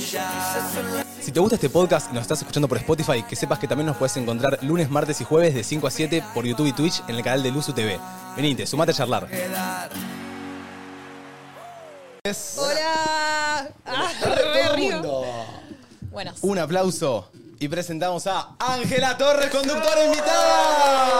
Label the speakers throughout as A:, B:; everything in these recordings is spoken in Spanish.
A: Si te gusta este podcast y nos estás escuchando por Spotify, que sepas que también nos puedes encontrar lunes, martes y jueves de 5 a 7 por YouTube y Twitch en el canal de Luzu TV. Venite, sumate a charlar.
B: ¡Hola! Ah, re río. Buenas.
A: Un aplauso y presentamos a Ángela Torres, conductora invitada.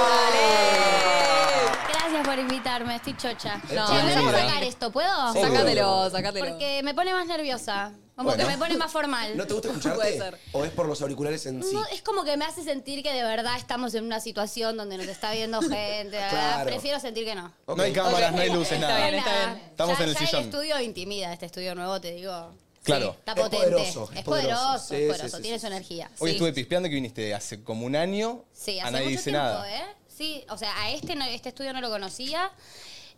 C: Gracias por invitarme, estoy chocha.
D: Eh,
B: No,
C: No, che,
B: no,
C: ¿me
B: no.
C: puedo sacar esto? ¿Puedo?
B: Obvio. Sácatelo, sácatelo.
C: Porque me pone más nerviosa. Como
D: Bueno.
C: que me pone más formal.
D: ¿No te gusta escucharte?
C: Puede ser.
D: ¿O es por los auriculares en sí?
C: No, es como que me hace sentir que de verdad estamos en una situación donde nos está viendo gente.
D: Claro.
C: Prefiero sentir que no.
A: No hay cámaras,
D: Ok.
A: no hay luces,
D: Está
A: nada.
D: bien, está
C: Nada.
D: bien. Estamos
C: Ya-
A: en el
C: ya
A: sillón.
C: El estudio intimida, este estudio nuevo, te digo.
A: Claro.
C: Está
D: Es
C: potente.
D: poderoso, es
C: es
D: poderoso.
C: poderoso,
D: Sí,
C: es
D: sí,
C: poderoso,
D: sí,
C: tiene
D: sí,
C: su energía.
A: Hoy
C: Sí.
A: estuve pispeando que viniste hace como un año.
C: Sí,
A: a
C: hace
A: nadie
C: mucho
A: dice
C: tiempo,
A: nada.
C: ¿eh? Sí, o sea, a este, no- este estudio no lo conocía.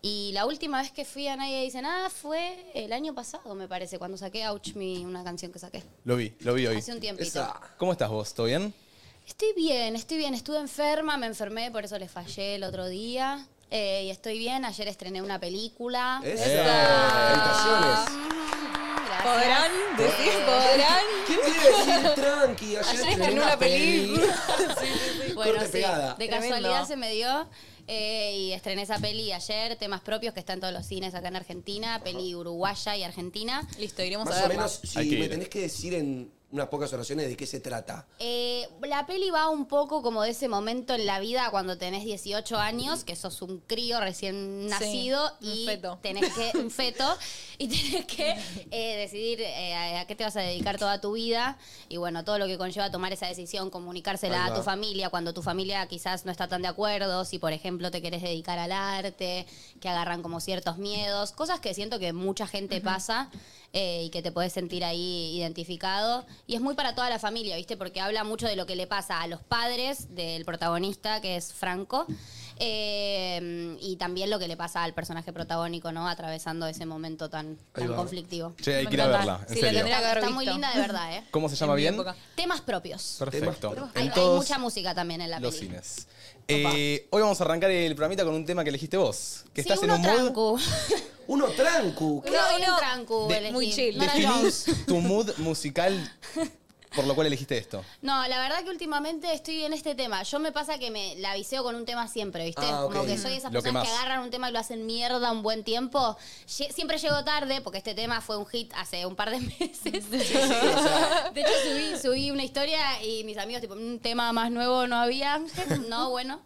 C: Y la última vez que fui a Nadie Dice Nada fue el año pasado, me parece, cuando saqué Ouch Me, una canción que saqué.
A: Lo vi, lo vi hoy.
C: Hace un tiempito. Esa.
A: ¿Cómo estás vos? ¿Todo bien?
C: Estoy bien, estoy bien. Estuve enferma, me enfermé, por eso les fallé el otro día. Eh, y estoy bien, ayer estrené una película.
D: ¿Es?
A: Esa.
D: Habitaciones.
C: Gracias.
B: ¿Podrán decir? ¿Podrán?
D: ¿Quién quiere decir tranqui? Ayer,
B: Ayer
D: estrené
B: estrenó una película.
C: Bueno,
D: Corte
C: sí, de
D: pegada.
B: Tremendo.
C: casualidad se me dio eh, y estrené esa peli ayer, temas propios que están en todos los cines acá en Argentina, peli uruguaya y argentina.
B: Listo, iremos
D: Más
B: a
D: o
B: verla.
D: menos, si
A: Hay que
D: me
A: ir.
D: tenés que decir en unas pocas oraciones de qué se trata.
C: Eh, la peli va un poco como de ese momento en la vida cuando tenés 18 años, que sos un crío recién nacido
B: un
C: y
B: feto.
C: tenés que un feto y tenés que eh, decidir eh, a, a qué te vas a dedicar toda tu vida y bueno, todo lo que conlleva tomar esa decisión, comunicársela
D: Ahí
C: a
D: va.
C: tu familia cuando tu familia quizás no está tan de acuerdo, si por ejemplo te querés dedicar al arte, que agarran como ciertos miedos, cosas que siento que mucha gente pasa eh, y que te podés sentir ahí identificado y es muy para toda la familia, ¿viste? Porque habla mucho de lo que le pasa a los padres del protagonista que es Franco. Eh, y también lo que le pasa al personaje protagónico, ¿no? Atravesando ese momento tan,
D: Ahí
C: tan
D: va.
C: conflictivo.
A: Che, hay
B: Me
A: que ir a
B: encanta.
A: verla, en
B: Sí, la
A: serio.
B: tendría que
C: Está,
B: haber
C: está muy
B: visto.
C: linda de verdad, ¿eh?
A: ¿Cómo se
B: En
A: llama
B: mi
A: bien?
B: época.
C: Temas propios.
A: Perfecto.
D: Temas
C: Hay,
A: En
C: hay
A: todos
C: mucha música también en la
A: los
C: peli.
A: cines. Eh, hoy vamos a arrancar el programita con un tema que elegiste vos. Que
C: Sí,
A: estás en
C: uno
A: un mood.
C: trancu.
D: Uno trancu.
C: Uno
B: No,
C: bien
B: no.
C: trancu,
B: De-
C: elegí.
B: muy chill.
C: No, no, no.
A: Definís tu mood musical por lo cual elegiste esto.
C: No, la verdad que últimamente estoy en este tema. Yo me pasa que me la viseo con un tema siempre, ¿viste?
D: Ah, ok.
C: Como que soy de esas
A: Lo que
C: personas que,
A: más.
C: agarran un tema y lo hacen mierda un buen tiempo. Lle- siempre llego tarde, porque este tema fue un hit hace un par de meses. de hecho, subí, subí una historia y mis amigos, tipo, un tema más nuevo no había. no, bueno.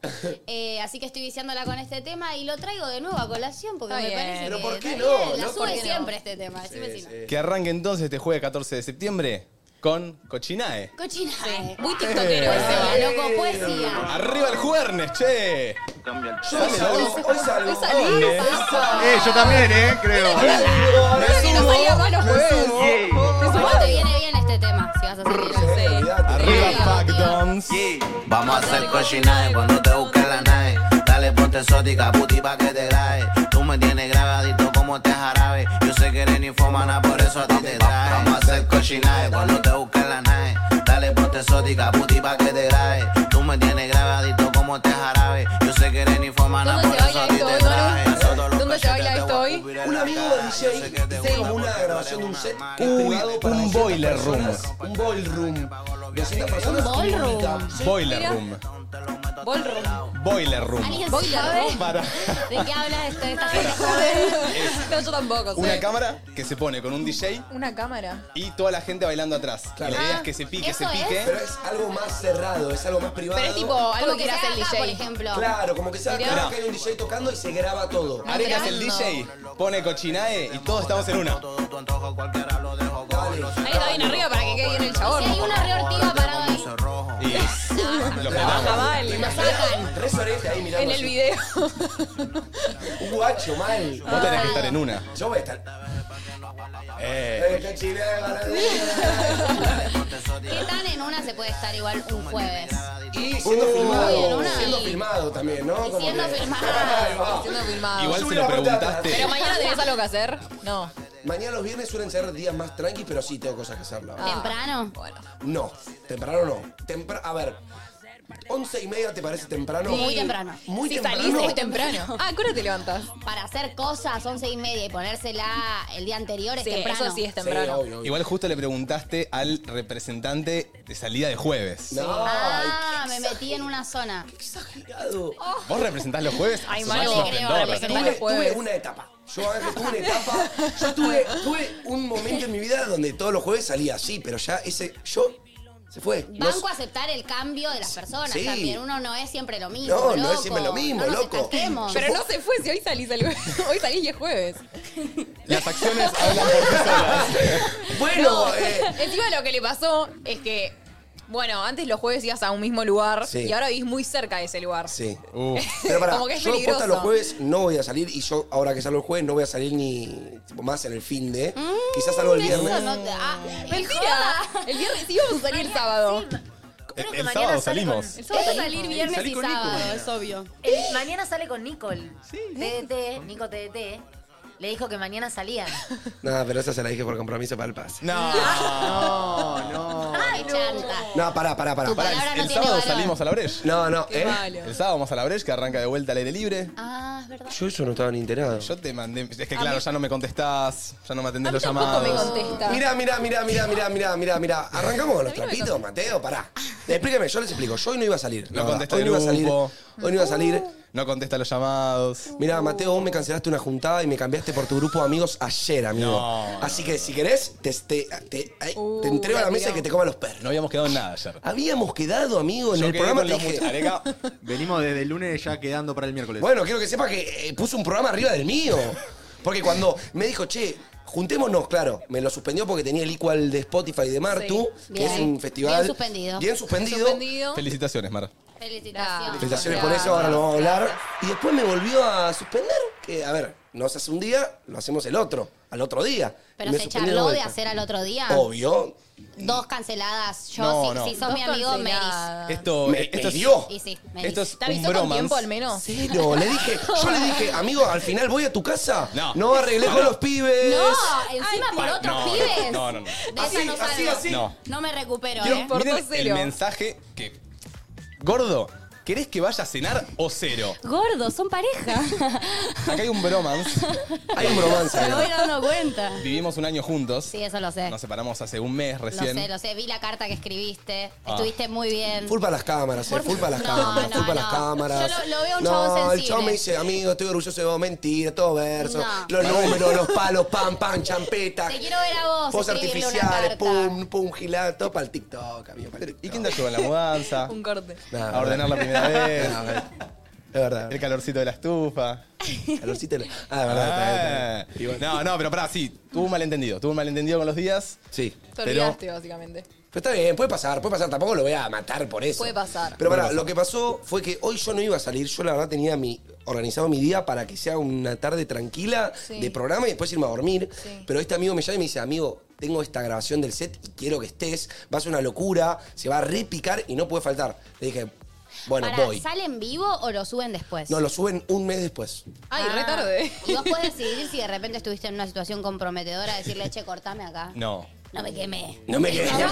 C: Eh, así que estoy viciándola con este tema y lo traigo de nuevo a colación, porque
B: Está
C: me
B: bien.
C: parece
D: Pero
C: que
D: ¿por qué
C: está
D: no?
C: bien. La
D: ¿No? ¿Por
C: sube
D: qué no?
C: siempre este tema, decime si no.
D: sí.
A: Que arranque entonces este jueves 14 de septiembre con Cochinae.
C: Cochina.
B: Muy tiktokero ese va.
C: Poesía, loco, pues, poesía.
A: Arriba el jueves, che.
E: Cambia el
D: Yo hoy salgo. Hoy salgo.
B: Hoy salí.
A: Ole.
F: Eh, yo también, eh, creo.
B: Creo que no salía mal los jueves.
C: Igual te viene bien este tema, si vas a salir.
B: Sí.
A: Arriba
C: Sí.
A: Factons.
G: Vamos a hacer cochinaje cuando te busque la nave. Dale ponte exótica, puti pa' que te grabe. Tú me tienes grabadito como te jarabe. Yo sé que eres ninfómana, por eso a ti te trae. Vamos a hacer cochinaje cuando te busque la nave. Dale ponte exótica, puti pa' que te grabe. Tú me tienes grabadito como te jarabe. Yo sé que eres ninfómana,
B: ¿Dónde
G: por
B: se
G: eso a
B: baila
G: ti
B: esto
G: te
B: hoy, Manu?
G: trae. Nosotros los
B: ¿Dónde se baila
G: cachetes te
B: esto
G: voy a
B: hoy?
G: escupir en
D: Un
G: la
D: amigo
G: cara. Yo
D: DJ
G: sé que te
D: hizo
G: gusta
D: como una
G: porque tú
D: grabación de
G: eres
D: un
G: una
D: set
G: mala.
D: que es
A: Uy,
D: privado para
A: un
D: 200
A: boiler room.
D: personas. Un ballroom. 200 personas.
C: ballroom.
D: comunican. Sí.
A: Boiler Room.
B: Ballroom.
A: Boiler Room.
C: ¿Alguien sabe
A: Para
C: de qué habla esto, esta gente
B: No, yo tampoco.
A: una
B: Una,
A: cámara que se pone con un DJ
B: una cámara.
A: y toda la gente bailando atrás. Y la idea es que se pique, se
C: Ah, ¿Eso es?
A: pique.
D: Pero es algo más cerrado, es algo más privado.
B: Pero es tipo algo
C: Algo
B: que hace el DJ.
C: por ejemplo.
D: Claro, como que se
A: Mirá.
D: acá que hay un DJ tocando y se graba todo.
A: Arenas el
B: Tremendo.
A: DJ, pone Cochinae y todos estamos en una.
G: Todo tu antojo, cualquiera lo dejo.
D: Dale.
B: Ahí está bien arriba para que quede bien el chabón.
C: Si hay una reortiva parada ahí,
G: Rojo.
A: Y los
B: Ah,
A: matamos.
B: mal.
C: sacan.
D: Tres orejas ahí mirando.
B: En el
D: así.
B: video.
D: Un guacho mal.
A: Vos tenés que estar en una.
D: Yo voy a estar.
A: Eh,
D: Eh, qué chilena, la luna.
C: ¿Qué tan en una se puede estar igual un jueves?
D: Y siendo
C: Uy, en
D: filmado.
C: una.
D: Siendo filmado también, ¿no?
C: Y siendo filmado.
D: Ahí va.
B: Siendo filmado.
A: Igual se
D: Sube
A: lo
D: la patata.
A: preguntaste.
B: Pero mañana tenés algo que hacer. No.
D: Mañana los viernes suelen ser días más tranqui,
C: Ah.
D: pero sí tengo cosas que hacer, la verdad.
C: Temprano.
B: Bueno.
D: No, temprano no. Tempra- a ver, ¿Once y media te parece temprano?
C: Sí. Muy temprano.
D: Muy
B: si
D: temprano.
B: salís es temprano. Ah, ¿cuándo te levantas?
C: Para hacer cosas once y media y ponérsela el día anterior es
B: Sí,
C: temprano.
B: eso sí es
D: Sí,
B: temprano.
D: obvio, obvio.
A: Igual justo le preguntaste al representante de salida de jueves.
D: No,
C: Ah,
D: ay,
C: me metí en una zona.
D: qué exagerado.
A: ¿Vos representás los jueves?
B: Ay,
A: Asomás
B: Maru,
A: un
B: creo,
A: esplendor.
B: representás-
D: Tuve,
B: los jueves.
D: tuve una etapa. Yo Ángel, tuve una etapa. Yo tuve, tuve un momento en mi vida donde todos los jueves salía así, pero ya ese. Yo. Se fue. No
C: Banco
D: sé-
C: a aceptar el cambio de las personas
D: Sí.
C: también. Uno no es siempre lo mismo.
D: No, no es
C: loco.
D: siempre lo mismo,
C: No nos
D: loco.
C: estanquemos.
B: Pero no se fue, si hoy salís, al- hoy salís y es jueves.
A: Las acciones hablan por sí solas.
D: Bueno,
B: No,
D: eh,
B: encima lo que le pasó es que, bueno, antes los jueves ibas a un mismo lugar
D: Sí.
B: y ahora vivís muy cerca de ese lugar.
D: Sí.
A: Uh.
D: Pero pará,
B: Como que es
D: yo posta
B: peligroso.
D: los jueves no voy a salir y yo ahora que salgo el jueves no voy a salir ni tipo, más en el fin de.
B: Mm,
D: Quizás salgo el
C: Eso
D: viernes.
C: no te- ah,
B: Mentira. El viernes íbamos a salir el sábado.
A: El, el sábado salimos.
C: Es salir viernes
A: Salí
C: y
A: con Nico
C: sábado,
A: mañana.
C: es obvio.
E: El- mañana sale con Nicole. TDT, Nico TDT. Le dijo que mañana salían.
D: Nada, pero esa se la dije por compromiso para el pase.
A: No.
F: No, no.
C: Ay, chanta.
D: No, pará, pará, pará.
C: Tu
D: pará.
C: palabra no
A: El
C: tiene
A: sábado
C: valor.
A: salimos a la Breche.
D: No, no,
B: Qué
D: ¿eh?
B: malo.
A: El sábado vamos a la Breche, que arranca de vuelta al aire libre.
C: Ah, es verdad.
D: Yo eso no estaba ni enterado.
A: Yo te mandé. Es que claro, ya no me contestás, ya no me atendés
B: A mí
A: los
B: tampoco me
A: llamados.
B: contesta.
D: Mirá, mirá, mirá, mirá, mirá, mirá, mirá, mirá. Arrancamos con los
B: Ah. no me
D: trapitos, Mateo, pará. Explíqueme, yo les explico. Yo hoy no iba a salir.
A: No
D: la verdad.
A: contesta
D: hoy
A: el
D: no iba a salir.
A: grupo.
D: Hoy no iba a salir.
A: No contesta los llamados.
D: Mirá, Mateo, vos me cancelaste una juntada y me cambiaste por tu grupo de amigos ayer, amigo.
A: No,
D: Así que si querés, te, te, te- ay,
B: Uh,
D: te entrego a la
B: la
D: mesa
B: tiró.
D: y que te coma los perros.
A: No habíamos quedado en nada ayer.
D: Habíamos quedado, amigo, en
A: Yo
D: el
A: quedé
D: programa
A: con
D: te
A: los
D: dije-
A: much- Areca,
F: Venimos desde el lunes ya quedando para el miércoles.
D: Bueno, quiero que sepa que eh, puso un programa arriba del mío. Porque cuando me dijo, che, juntémonos, claro, me lo suspendió porque tenía el Equal de Spotify de Martu,
C: Sí.
D: que
C: Bien.
D: es un festival.
C: Bien suspendido. Ah,
D: Bien
B: Eh,
D: suspendido.
B: Suspendido.
A: Felicitaciones, Mar.
C: Felicitaciones.
D: Felicitaciones
B: Gracias.
D: por eso, ahora lo vamos a hablar. Y después me volvió a suspender, que a ver, nos hace un día, lo hacemos el otro, al otro día.
C: Pero
D: Me
C: se
D: suspendió
C: charló de
D: vuelta.
C: hacer al otro día.
D: Obvio.
C: Dos canceladas. Yo,
A: No,
C: si,
A: no.
C: si sos mi amigo, Meris.
A: Esto, eh,
D: Me,
A: esto
D: me
A: es-
D: dio.
C: Ah. Y sí, Meris.
A: Esto es
B: ¿Te
A: un
B: avisó con tiempo
A: bromance.
B: al menos?
D: Cero, le dije, yo le dije, amigo, al final voy a tu casa.
A: No.
D: arreglé con los pibes.
C: No, encima por
A: no,
C: otros
A: no,
C: pibes.
A: no, no, no.
C: De
D: Así,
C: esa no salgo.
D: así, así.
A: No.
C: No me recupero,
B: Dios,
C: ¿eh?
B: por-
A: Miren
B: Cortó
A: el
B: cero.
A: mensaje que. Gordo, ¿querés que vaya a cenar o cero?
C: Gordos, son pareja.
A: Acá hay un bromance.
D: Hay un romance.
C: me
D: ¿no?
C: voy dando cuenta.
A: Vivimos un año juntos.
C: Sí, eso lo sé.
A: Nos separamos hace un mes
C: Lo
A: recién.
C: sé, lo sé. Vi la carta que escribiste.
A: Ah.
C: Estuviste muy bien.
D: Full para las cámaras, eh, full para las
C: No,
D: cámaras,
C: Mm. no,
D: full
C: no.
D: para las cámaras.
C: Yo lo- lo veo un
D: no,
C: chabón
D: el
C: sensible.
D: chabón me dice, amigo, estoy orgulloso de vos, mentira, todo verso.
C: No.
D: Los números, los palos, pam, pam, champeta.
C: Te quiero ver a vos
D: Voz
C: escribirle una
D: artificiales,
C: carta.
D: pum, pum, gilato, para el TikTok, amigo, para el
A: ¿Y
D: TikTok.
A: quién te ayudó en la mudanza?
B: Un corte.
D: Nada,
A: a ordenar la primera vez.
D: nada, nada, nada. Es verdad.
A: El calorcito de la estufa.
D: El calorcito. de la- Ah, es verdad, está bien, está bien.
A: Ah. No, no, pero pará, sí, tuvo un malentendido. Tuvo un malentendido con los días.
D: Sí.
B: Te
A: Pero-
B: olvidaste, básicamente.
D: Pero está bien, puede pasar, puede pasar. Tampoco lo voy a matar por eso.
B: Puede pasar.
D: Pero pará, lo que pasó fue que hoy yo no iba a salir. Yo la verdad tenía mi, organizado mi día para que sea una tarde tranquila
B: Sí.
D: de programa y después irme a dormir.
B: Sí.
D: Pero este amigo me llama y me dice, amigo, tengo esta grabación del set y quiero que estés. Va a ser una locura, se va a repicar y no puede faltar. Le dije, bueno,
C: Pará,
D: voy.
C: ¿Sale en vivo o lo suben después?
D: No, lo suben un mes después.
B: Ay,
C: Ah.
B: re tarde.
C: Y vos podés decidir si de repente estuviste en una situación comprometedora, decirle, che, cortame acá.
A: No.
C: No me quemé.
D: No me quedé.
B: Le
C: Qué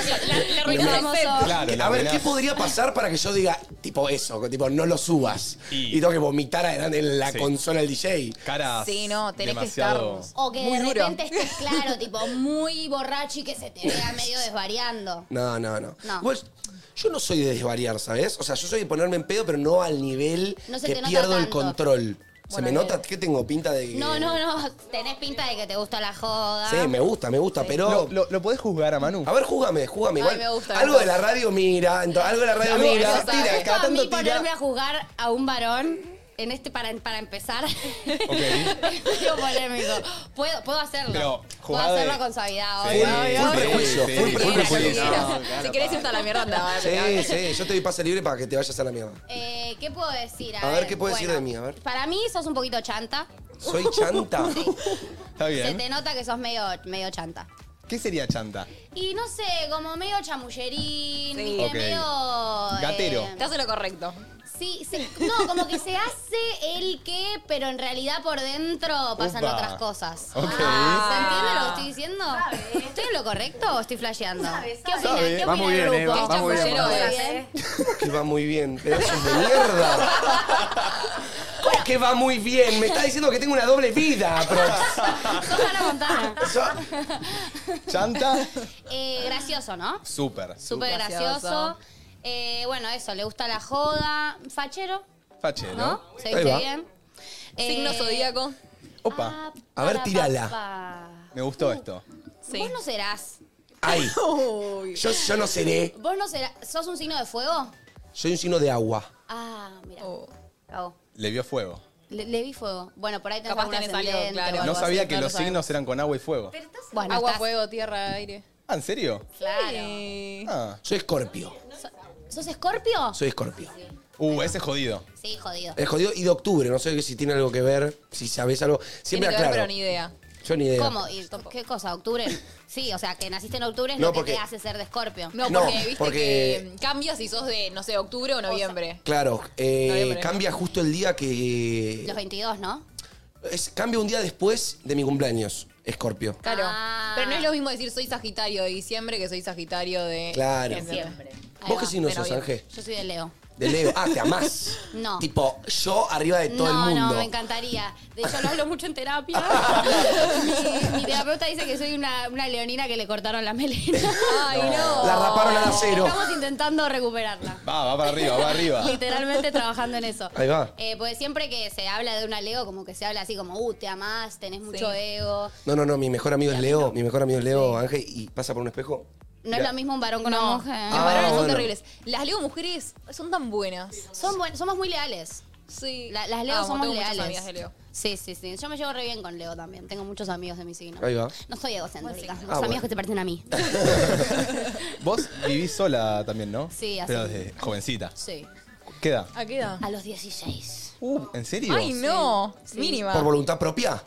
B: arruinaste el
C: famoso.
B: set.
A: Claro, la
D: a ver,
A: verdad.
D: ¿qué podría pasar para que yo diga, tipo eso, tipo, no lo subas?
A: Y-
D: Y, tengo que vomitar adelante en la
A: Sí.
D: consola del DJ.
A: Caras.
B: Sí, no, tenés que
A: demasiado-
B: estar-
C: O que
B: Muy
C: de
B: duro.
C: repente estés claro, tipo muy borracho y que se te vea medio desvariando.
D: No, no, no.
C: No.
D: Igual, yo no soy de desvariar, ¿sabes? O sea, yo soy de ponerme en pedo, pero no al nivel
C: No se
D: que
C: te nota
D: pierdo el
C: tanto.
D: control. ¿Se
B: Bueno,
D: me
B: bien.
D: nota que tengo pinta de.?
C: No, no, no. Tenés pinta de que te gusta la joda.
D: Sí, me gusta, me gusta, pero.
A: ¿Lo, lo, lo podés juzgar a Manu?
D: A ver, júgame, júgame.
B: Ay,
D: Igual,
B: me gusta,
D: algo
B: me
D: de la radio mira, ento- algo de la radio
A: Algo de
D: mira.
A: la radio
D: Tira,
A: sabe.
D: cada
C: a mí
D: tanto
C: ponerme
D: tira.
C: a juzgar a un varón en este para, para empezar
A: Ok.
C: es medio polémico. Puedo, puedo hacerlo.
A: Pero,
C: puedo
A: jugada de-
C: hacerlo con suavidad,
A: Sí, sí,
C: obvio.
D: Full
A: sí,
D: prejuicio,
A: sí,
D: full
A: sí,
D: prejuicio.
F: No,
B: Si
F: claro,
B: querés irte a la mierda, anda.
D: Sí, sí, yo te doy pase libre para que te vayas a la mierda.
C: Eh, ¿Qué puedo decir?
D: A ver, ¿qué puedo decir de mí? A ver.
C: Para mí sos un poquito chanta.
D: Soy chanta.
A: Está
C: Se
A: bien.
C: te nota que sos medio, medio chanta.
A: ¿Qué sería chanta?
C: Y no sé, como medio chamullerín,
B: Sí.
C: ¿viste?
A: Ok.
C: medio.
A: Gatero.
B: Te hace lo correcto.
C: Sí, se- no, como que se hace el que, pero en realidad por dentro pasan
A: Upa.
C: otras cosas.
A: Ok.
C: Ah, ¿Se entiende lo que estoy diciendo? ¿Estoy en lo correcto o estoy flasheando? ¿Qué opinan?
F: Sabe.
C: ¿Qué
F: Va
C: opina
F: muy
C: el
F: bien, eh,
C: grupo?
F: va- va muy bien,
C: Chafullero,
F: va muy
C: ¿eh?
D: Que va muy bien, pedazos de mierda. ¿Cómo que va muy bien? Me está diciendo que tengo una doble vida, pero.
C: Sos Hannah Montana.
A: ¿Chanta?
C: Eh, gracioso, ¿no?
A: Súper.
C: Súper
B: gracioso.
C: gracioso. Eh, bueno, eso, le gusta la joda. Fachero,
A: Fachero.
C: ¿no? Se
D: Ahí
C: viste
D: va.
C: bien.
B: Signo
C: Eh,
B: zodíaco.
A: Opa,
C: ah,
D: A ver,
C: para,
D: tírala.
C: pa.
A: me gustó esto.
B: Sí.
C: Vos no serás.
D: Ay. Yo, yo no seré.
C: Vos no serás. ¿Sos un signo de fuego?
D: Soy un signo de agua.
C: Ah, mira.
B: Oh.
A: Le vio fuego.
C: Le, le vi fuego. Bueno, por ahí tenés
B: Capaz
C: algún
B: tenés algo,
C: ascendente
B: claro.
C: o
A: No
C: algo
A: sabía
C: así,
A: que
C: no lo
A: los
C: sabemos.
A: signos eran con agua y fuego.
C: Bueno,
B: Agua,
C: estás-
B: fuego, tierra, aire.
A: Ah, ¿en serio?
C: Claro.
B: Sí.
A: Ah.
D: Soy escorpio.
C: ¿Sos escorpio?
D: Soy escorpio.
A: Uh, ese es jodido.
C: Sí, jodido.
D: Es jodido. Y de octubre, no sé si tiene algo que ver, si sabés algo.
B: Tiene
D: Siempre
B: que ver,
D: aclaro.
B: pero ni idea.
D: Yo ni idea.
C: ¿Cómo? ¿Y ¿Qué cosa? ¿Octubre? Sí, o sea, que naciste en octubre es
D: No,
C: lo que
D: porque-
C: te hace ser de escorpio.
B: No, porque
D: No,
B: viste
D: porque-
B: que cambias si sos de, no sé, octubre o noviembre.
D: Claro, eh,
B: Noviembre.
D: cambia justo el día
C: Los
D: que.
C: 22, ¿no?
D: es- cambia un día después de mi cumpleaños, escorpio.
B: Claro.
C: Ah.
B: Pero no es lo mismo decir soy Sagitario de diciembre que soy Sagitario de.
D: Claro.
B: Siempre.
C: Ahí
D: ¿Vos
C: va,
D: qué signo
B: de
D: sos,
B: noviembre.
D: Ángel?
C: Yo soy de Leo.
D: De Leo. Ah, te amás.
C: No.
D: Tipo, yo arriba de todo el
C: no,
D: mundo.
C: no, me encantaría. De hecho, lo hablo mucho en terapia. mi, mi terapeuta dice que soy una, una leonina que le cortaron la melena.
B: Ay, no.
D: La raparon a la cero.
C: Estamos intentando recuperarla.
A: Va, va para arriba, va arriba.
C: Literalmente trabajando en eso.
D: Ahí va.
C: Eh, porque siempre que se habla de una Leo, como que se habla así como, uh, te amás, tenés mucho ego.
D: No, no, no, mi mejor amigo es Leo. Mi mejor amigo es Leo, Ángel, y pasa por un espejo.
C: No es lo mismo un varón con una
B: No, los
C: mujer.
D: Ah,
B: varones son
D: bueno.
B: terribles. Las Leo mujeres son tan buenas.
C: Son buen- somos muy leales.
B: Sí.
C: La- las Leo
B: Amo,
C: somos
B: Ah, tengo muchas
C: leales.
B: amigas de Leo.
C: Sí, sí, sí. Yo me llevo re bien con Leo también. Tengo muchos amigos de mi signo.
D: Ahí va.
C: No soy egocéntrica. Los
D: Ah,
C: amigos
D: bueno.
C: que se parecen a mí.
A: Vos vivís sola también, ¿no?
C: Sí, así.
A: Pero desde jovencita.
C: sí.
A: ¿Qué edad?
B: ¿A qué edad?
C: A los 16.
A: Uh, ¿en serio?
B: Ay, no. Mínima.
D: ¿Por voluntad propia?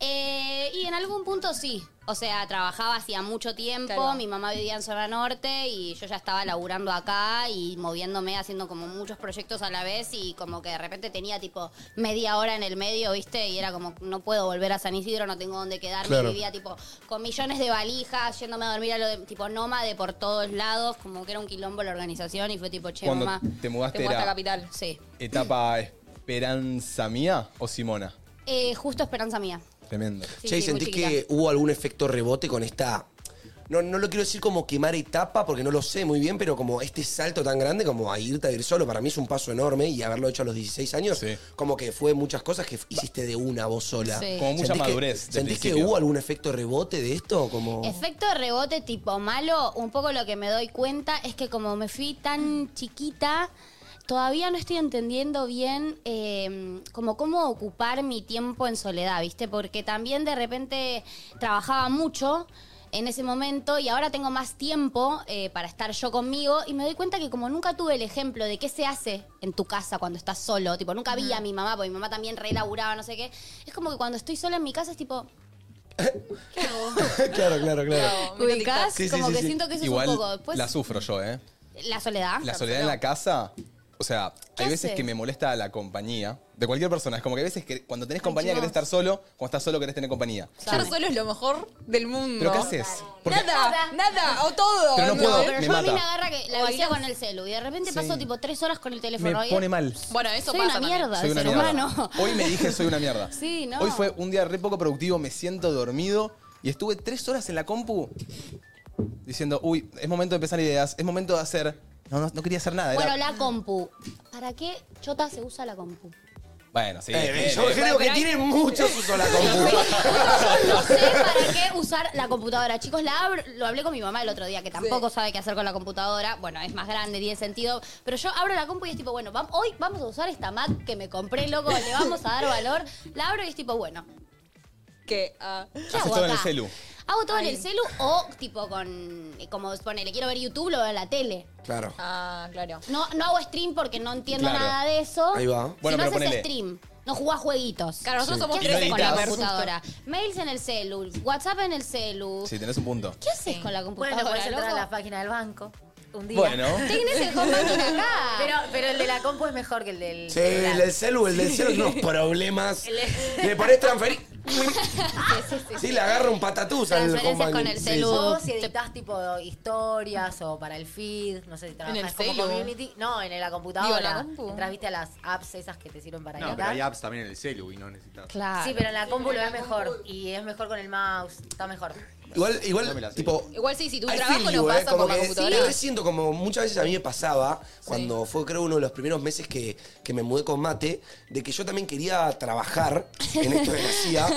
C: Eh, y en algún punto sí. O sea, trabajaba hacía mucho tiempo.
B: Claro.
C: Mi mamá vivía en Zona Norte y yo ya estaba laburando acá y moviéndome, haciendo como muchos proyectos a la vez. Y como que de repente tenía tipo media hora en el medio, ¿viste? Y era como, no puedo volver a San Isidro, no tengo dónde quedarme.
D: Claro.
C: Y vivía tipo con millones de valijas, yéndome a dormir a lo de tipo nómade por todos lados. Como que era un quilombo la organización y fue tipo, che,
A: Cuando
C: mamá.
A: te mudaste
B: Te mudaste
A: era
B: a Capital.
C: Sí.
A: etapa Esperanza Mía o Simona.
C: Eh, justo esperanza mía.
A: Tremendo.
C: Sí,
D: che, ¿y
C: sí, muy
D: ¿sentís
C: chiquita.
D: que hubo algún efecto rebote con esta? No, no lo quiero decir como quemar etapa, porque no lo sé muy bien, pero como este salto tan grande como a irte a ir solo, para mí es un paso enorme y haberlo hecho a los 16 años,
A: Sí.
D: como que fue muchas cosas que hiciste de una vos sola.
C: Sí.
A: Como mucha
D: ¿Sentís que-
A: madurez de
D: ¿Sentís que
A: principio.
D: hubo algún efecto rebote de esto? Como...
C: Efecto de rebote tipo malo, un poco lo que me doy cuenta es que como me fui tan chiquita, todavía no estoy entendiendo bien eh, como cómo ocupar mi tiempo en soledad, ¿viste? Porque también de repente trabajaba mucho en ese momento y ahora tengo más tiempo eh, para estar yo conmigo y me doy cuenta que como nunca tuve el ejemplo de qué se hace en tu casa cuando estás solo, tipo nunca vi a mi mamá, porque mi mamá también relaburaba, no sé qué, es como que cuando estoy sola en mi casa es tipo,
D: claro, claro, claro.
C: ubicás,
D: Sí, sí,
C: como
D: sí,
C: que
D: sí.
C: siento que eso
A: Igual
C: es un poco. Después,
A: la sufro yo, ¿eh?
C: La soledad.
A: La soledad en la casa. O sea,
C: ¿Qué
A: hay veces
C: hace?
A: que me molesta la compañía de cualquier persona. Es como que a veces que cuando tenés compañía querés estar solo, cuando estás solo querés tener compañía.
B: Estar solo es lo mejor del mundo.
A: ¿Pero qué haces? Porque-
B: Nada, nada, o todo.
A: Pero no
B: ¿no?
A: puedo.
C: Pero
A: Me
C: yo a mí
A: mata.
C: me agarra que la
B: O bailas.
C: vacía con el celu y de repente paso
A: Sí.
C: tipo tres horas con el teléfono.
A: me
C: y-
A: pone mal.
B: Bueno, eso
C: soy
B: pasa
C: una
B: también.
C: mierda
A: Soy
C: de
A: una
C: ser
A: mierda.
C: humano.
A: Hoy me dije soy una mierda.
C: Sí, no.
A: Hoy fue un día re poco productivo, me siento dormido y estuve tres horas en la compu diciendo, uy, es momento de empezar ideas, es momento de hacer. No, no, no quería hacer nada. era-
C: Bueno, la compu. ¿Para qué chota se usa la compu?
A: Bueno, sí.
D: Eh,
A: eh,
D: yo
A: eh,
D: creo que tiene muchos usos la compu.
C: Yo no sé para qué usar la computadora. Chicos, la abro, lo hablé con mi mamá el otro día, que tampoco sabe qué hacer con la computadora. Bueno, es más grande, tiene sentido. Pero yo abro la compu y es tipo, bueno, vam- hoy vamos a usar esta Mac que me compré, loco, le vamos a dar valor. La abro y es tipo, bueno,
B: Que, ah,
C: ¿Qué
A: Haces
C: hago
A: todo en el
C: acá?
A: celu.
C: Hago todo en el celu o tipo con, eh, como ponele, quiero ver YouTube, lo veo en la tele.
D: Claro.
B: ah, claro.
C: No, no hago stream porque no entiendo
A: Claro.
C: nada de eso.
D: Ahí va.
A: Bueno,
C: si no
A: pero
C: haces
A: ponele.
C: stream, no jugás jueguitos.
B: Claro, nosotros somos
C: ¿Qué
A: no
B: tres
C: haces
B: en
C: con
A: editas.
C: la
B: gamers.
C: computadora? Mails en el celu, WhatsApp en el celu.
A: Sí, tenés un punto.
C: ¿Qué haces con la
E: Bueno,
C: computadora?
E: puedes entrar a
C: loco?
E: la página del banco. un día.
A: Bueno.
C: Tenés el home banking acá.
E: Pero, pero el de la compu es mejor que el del.
D: Sí,
E: celular.
D: el del celu, el del celu tiene unos problemas.
E: El-
D: Le pones transferir.
E: Sí, sí, sí.
D: Sí, le agarra un patatús al
C: Transferencias con
D: compañero.
C: el
D: Sí,
C: celu.
E: Vos si editás tipo historias o para el feed, no sé si trabajas
B: el
E: como
B: celu?
E: community. No, en la computadora.
B: Digo, en la compu.
E: Entras, viste, a las apps esas que te sirven para
F: No, pero
E: editar.
F: hay apps también en el celu y no necesitas.
B: Claro.
E: Sí, pero en la compu lo ves mejor. Y es mejor con el mouse. Está mejor.
D: sí. Igual,
F: No me la
D: igual,
F: sé.
D: tipo,
B: Igual sí, si tu
D: I
B: trabajo
D: feel
B: no
D: you, eh,
B: pasa
D: como
B: por la
D: que
B: computadora.
D: yo me siento como muchas veces a mí me pasaba, cuando fue creo uno de los primeros meses que, que me mudé con Mate, de que yo también quería trabajar en esto de la CIA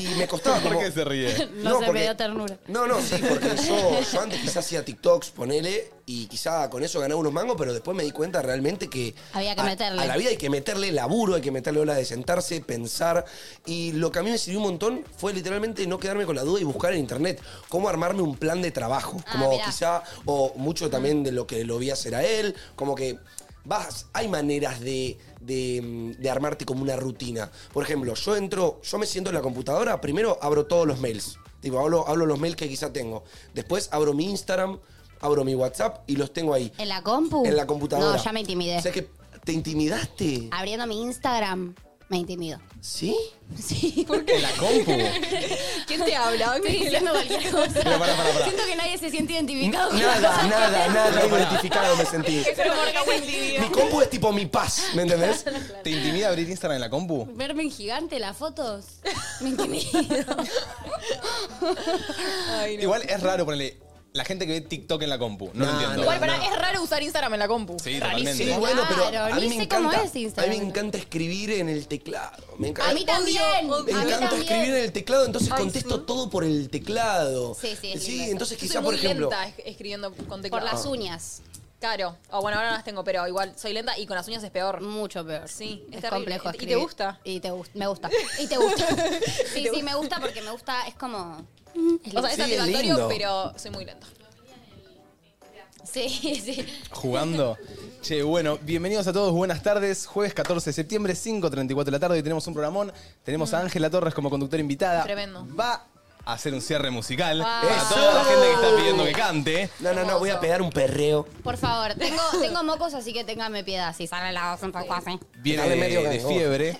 D: y me costaba
A: ¿Por
D: como...
A: qué se ríe?
C: No, se me dio ternura.
D: No, no, sí, porque yo, yo antes quizás hacía TikToks, ponele, y quizá con eso ganaba unos mangos, pero después me di cuenta realmente que...
C: Había que
D: a-
C: meterle.
D: A, la vida hay que meterle laburo, hay que meterle hora de sentarse, pensar. Y lo que a mí me sirvió un montón fue literalmente no quedarme con la duda y buscar en internet cómo armarme un plan de trabajo.
C: Ah,
D: como
C: mirá.
D: quizá, o mucho también de lo que lo vi hacer a él, como que... Vas, hay maneras de, de, mm, de armarte como una rutina. Por ejemplo, yo entro, yo me siento en la computadora, primero abro todos los mails. Tipo, hablo, hablo los mails que quizá tengo. Después abro mi Instagram, abro mi WhatsApp y los tengo ahí.
C: ¿En la compu?
D: En la computadora.
C: Uh, No, ya me intimidé. Ah.
D: O sea que te intimidaste.
C: Abriendo mi Instagram, me intimido.
D: ¿Sí?
C: Sí.
A: En la compu.
B: ¿Quién te habla?
C: Diciendo cualquier cosa.
A: Pero pará, pará, pará.
C: Siento que nadie se siente identificado. con
D: Nada,
C: lo que
D: nada, nada identificado me sentí. Mi
B: Pero
D: compu es tipo mi paz, ¿me entendés?
A: ¿Te intimida abrir Instagram en la compu?
C: Verme en gigante las fotos. Me intimido.
A: Igual es raro ponerle la gente que ve TikTok en la compu. No, lo
D: No,
A: entiendo.
D: no.
B: Igual, pará, es raro usar Instagram en la compu.
A: Sí,
B: Rarísimo.
A: totalmente.
D: bueno, pero
C: Claro,
D: a mí
C: ni
D: me
C: sé cómo
D: encanta.
C: es
D: a mí
C: Instagram.
D: me encanta escribir en el teclado. Me encanta.
C: A mí también.
D: Me
C: a mí
D: encanta
C: también.
D: escribir en el teclado, entonces
B: Ay,
D: contesto
B: sí.
D: todo por el teclado.
C: Sí, sí, es lindo
D: Sí,
C: eso.
D: entonces
B: Yo soy
D: quizá,
B: muy
D: por ejemplo.
B: lenta es- escribiendo con
C: Por
B: teclado.
C: las uñas.
B: Claro. O bueno, ahora no las tengo, pero igual soy lenta y con las uñas es peor.
C: Mucho peor.
B: Sí, es
C: es,
B: terrible.
C: complejo.
B: ¿Y te
C: escribir.
B: gusta?
C: Y te gusta. Me gusta. Y te gusta. Sí, sí, me gusta porque me gusta. Es como.
B: O sea, es
D: Sí, es
B: satisfactorio,
D: lindo.
B: pero soy muy lenta.
C: Sí, sí.
A: Jugando. Che, bueno, bienvenidos a todos, buenas tardes. Jueves 14 de septiembre, 5.34 de la tarde, y tenemos un programón. Tenemos a Ángela Torres como conductora invitada.
B: Tremendo.
A: Va a hacer un cierre musical
B: Ah.
A: para
D: Eso.
A: toda la gente que está pidiendo que cante.
D: No, no, no, voy a pegar un perreo.
C: Por favor, tengo, tengo mocos, así que ténganme piedad si sale la voz un poco así.
A: Viene
D: Dale
A: de,
D: medio
A: de
D: gango.
A: fiebre,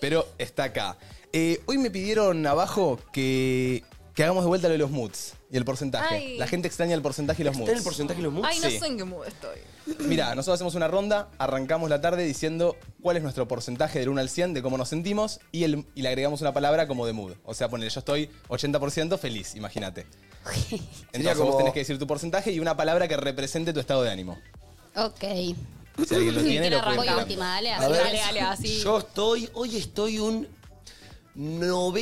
A: pero está acá. Eh, hoy me pidieron abajo que, que hagamos de vuelta lo de los moods y el porcentaje.
B: Ay.
A: La gente extraña el porcentaje y los moods.
D: ¿Está en el porcentaje de los moods?
B: Ay, no
A: Sí.
B: sé en qué mood estoy.
A: Mira, nosotros hacemos una ronda, arrancamos la tarde diciendo cuál es nuestro porcentaje del 1 al 100 de cómo nos sentimos y, el- y le agregamos una palabra como de mood. O sea, ponele yo estoy 80% feliz, imagínate. Entonces
D: como-
A: vos tenés que decir tu porcentaje y una palabra que represente tu estado de ánimo.
C: Ok.
A: Si alguien lo tiene,
B: ¿Quién
A: lo
B: arranca?
A: puede
C: Voy
A: ir
C: última, dale.
D: A
C: así.
D: ver,
B: dale, dale, así.
D: Yo estoy, hoy estoy un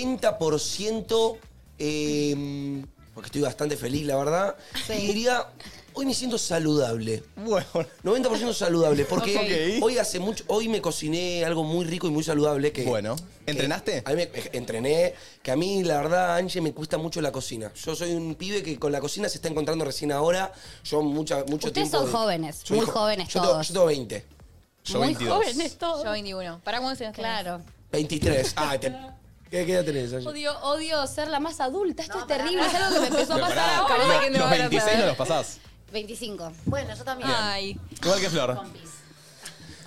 D: 90%, eh, porque estoy bastante feliz, la verdad.
C: Sí.
D: Y diría, hoy me siento saludable.
A: Bueno,
D: 90% saludable, porque
A: Ok.
D: hoy hace mucho, hoy me cociné algo muy rico y muy saludable que...
A: bueno.
D: que
A: ¿Entrenaste?
D: A mí me eh, entrené, que a mí la verdad, Angie, me cuesta mucho la cocina. Yo soy un pibe que con la cocina se está encontrando recién ahora. Yo mucha, mucho
C: Ustedes
D: tiempo...
C: son
D: de-
C: jóvenes,
D: Yo
C: muy
D: tengo-
C: jóvenes
D: yo Tengo,
C: todos.
D: yo tengo 20.
A: Yo
C: Muy
A: 22.
C: jóvenes todos.
B: Yo 21. ¿Para cuándo se
C: Claro.
D: 23. Ah, te- ¿Qué, ¿qué edad tenés, Angie?
C: Odio, odio ser la más adulta, esto es terrible, es algo que me empezó a
A: Pero pará,
C: pasar ahora.
B: ahora.
A: los, los 26 no los pasás.
C: 25.
E: Bueno, yo también.
B: Ay,
A: Igual que Flor. I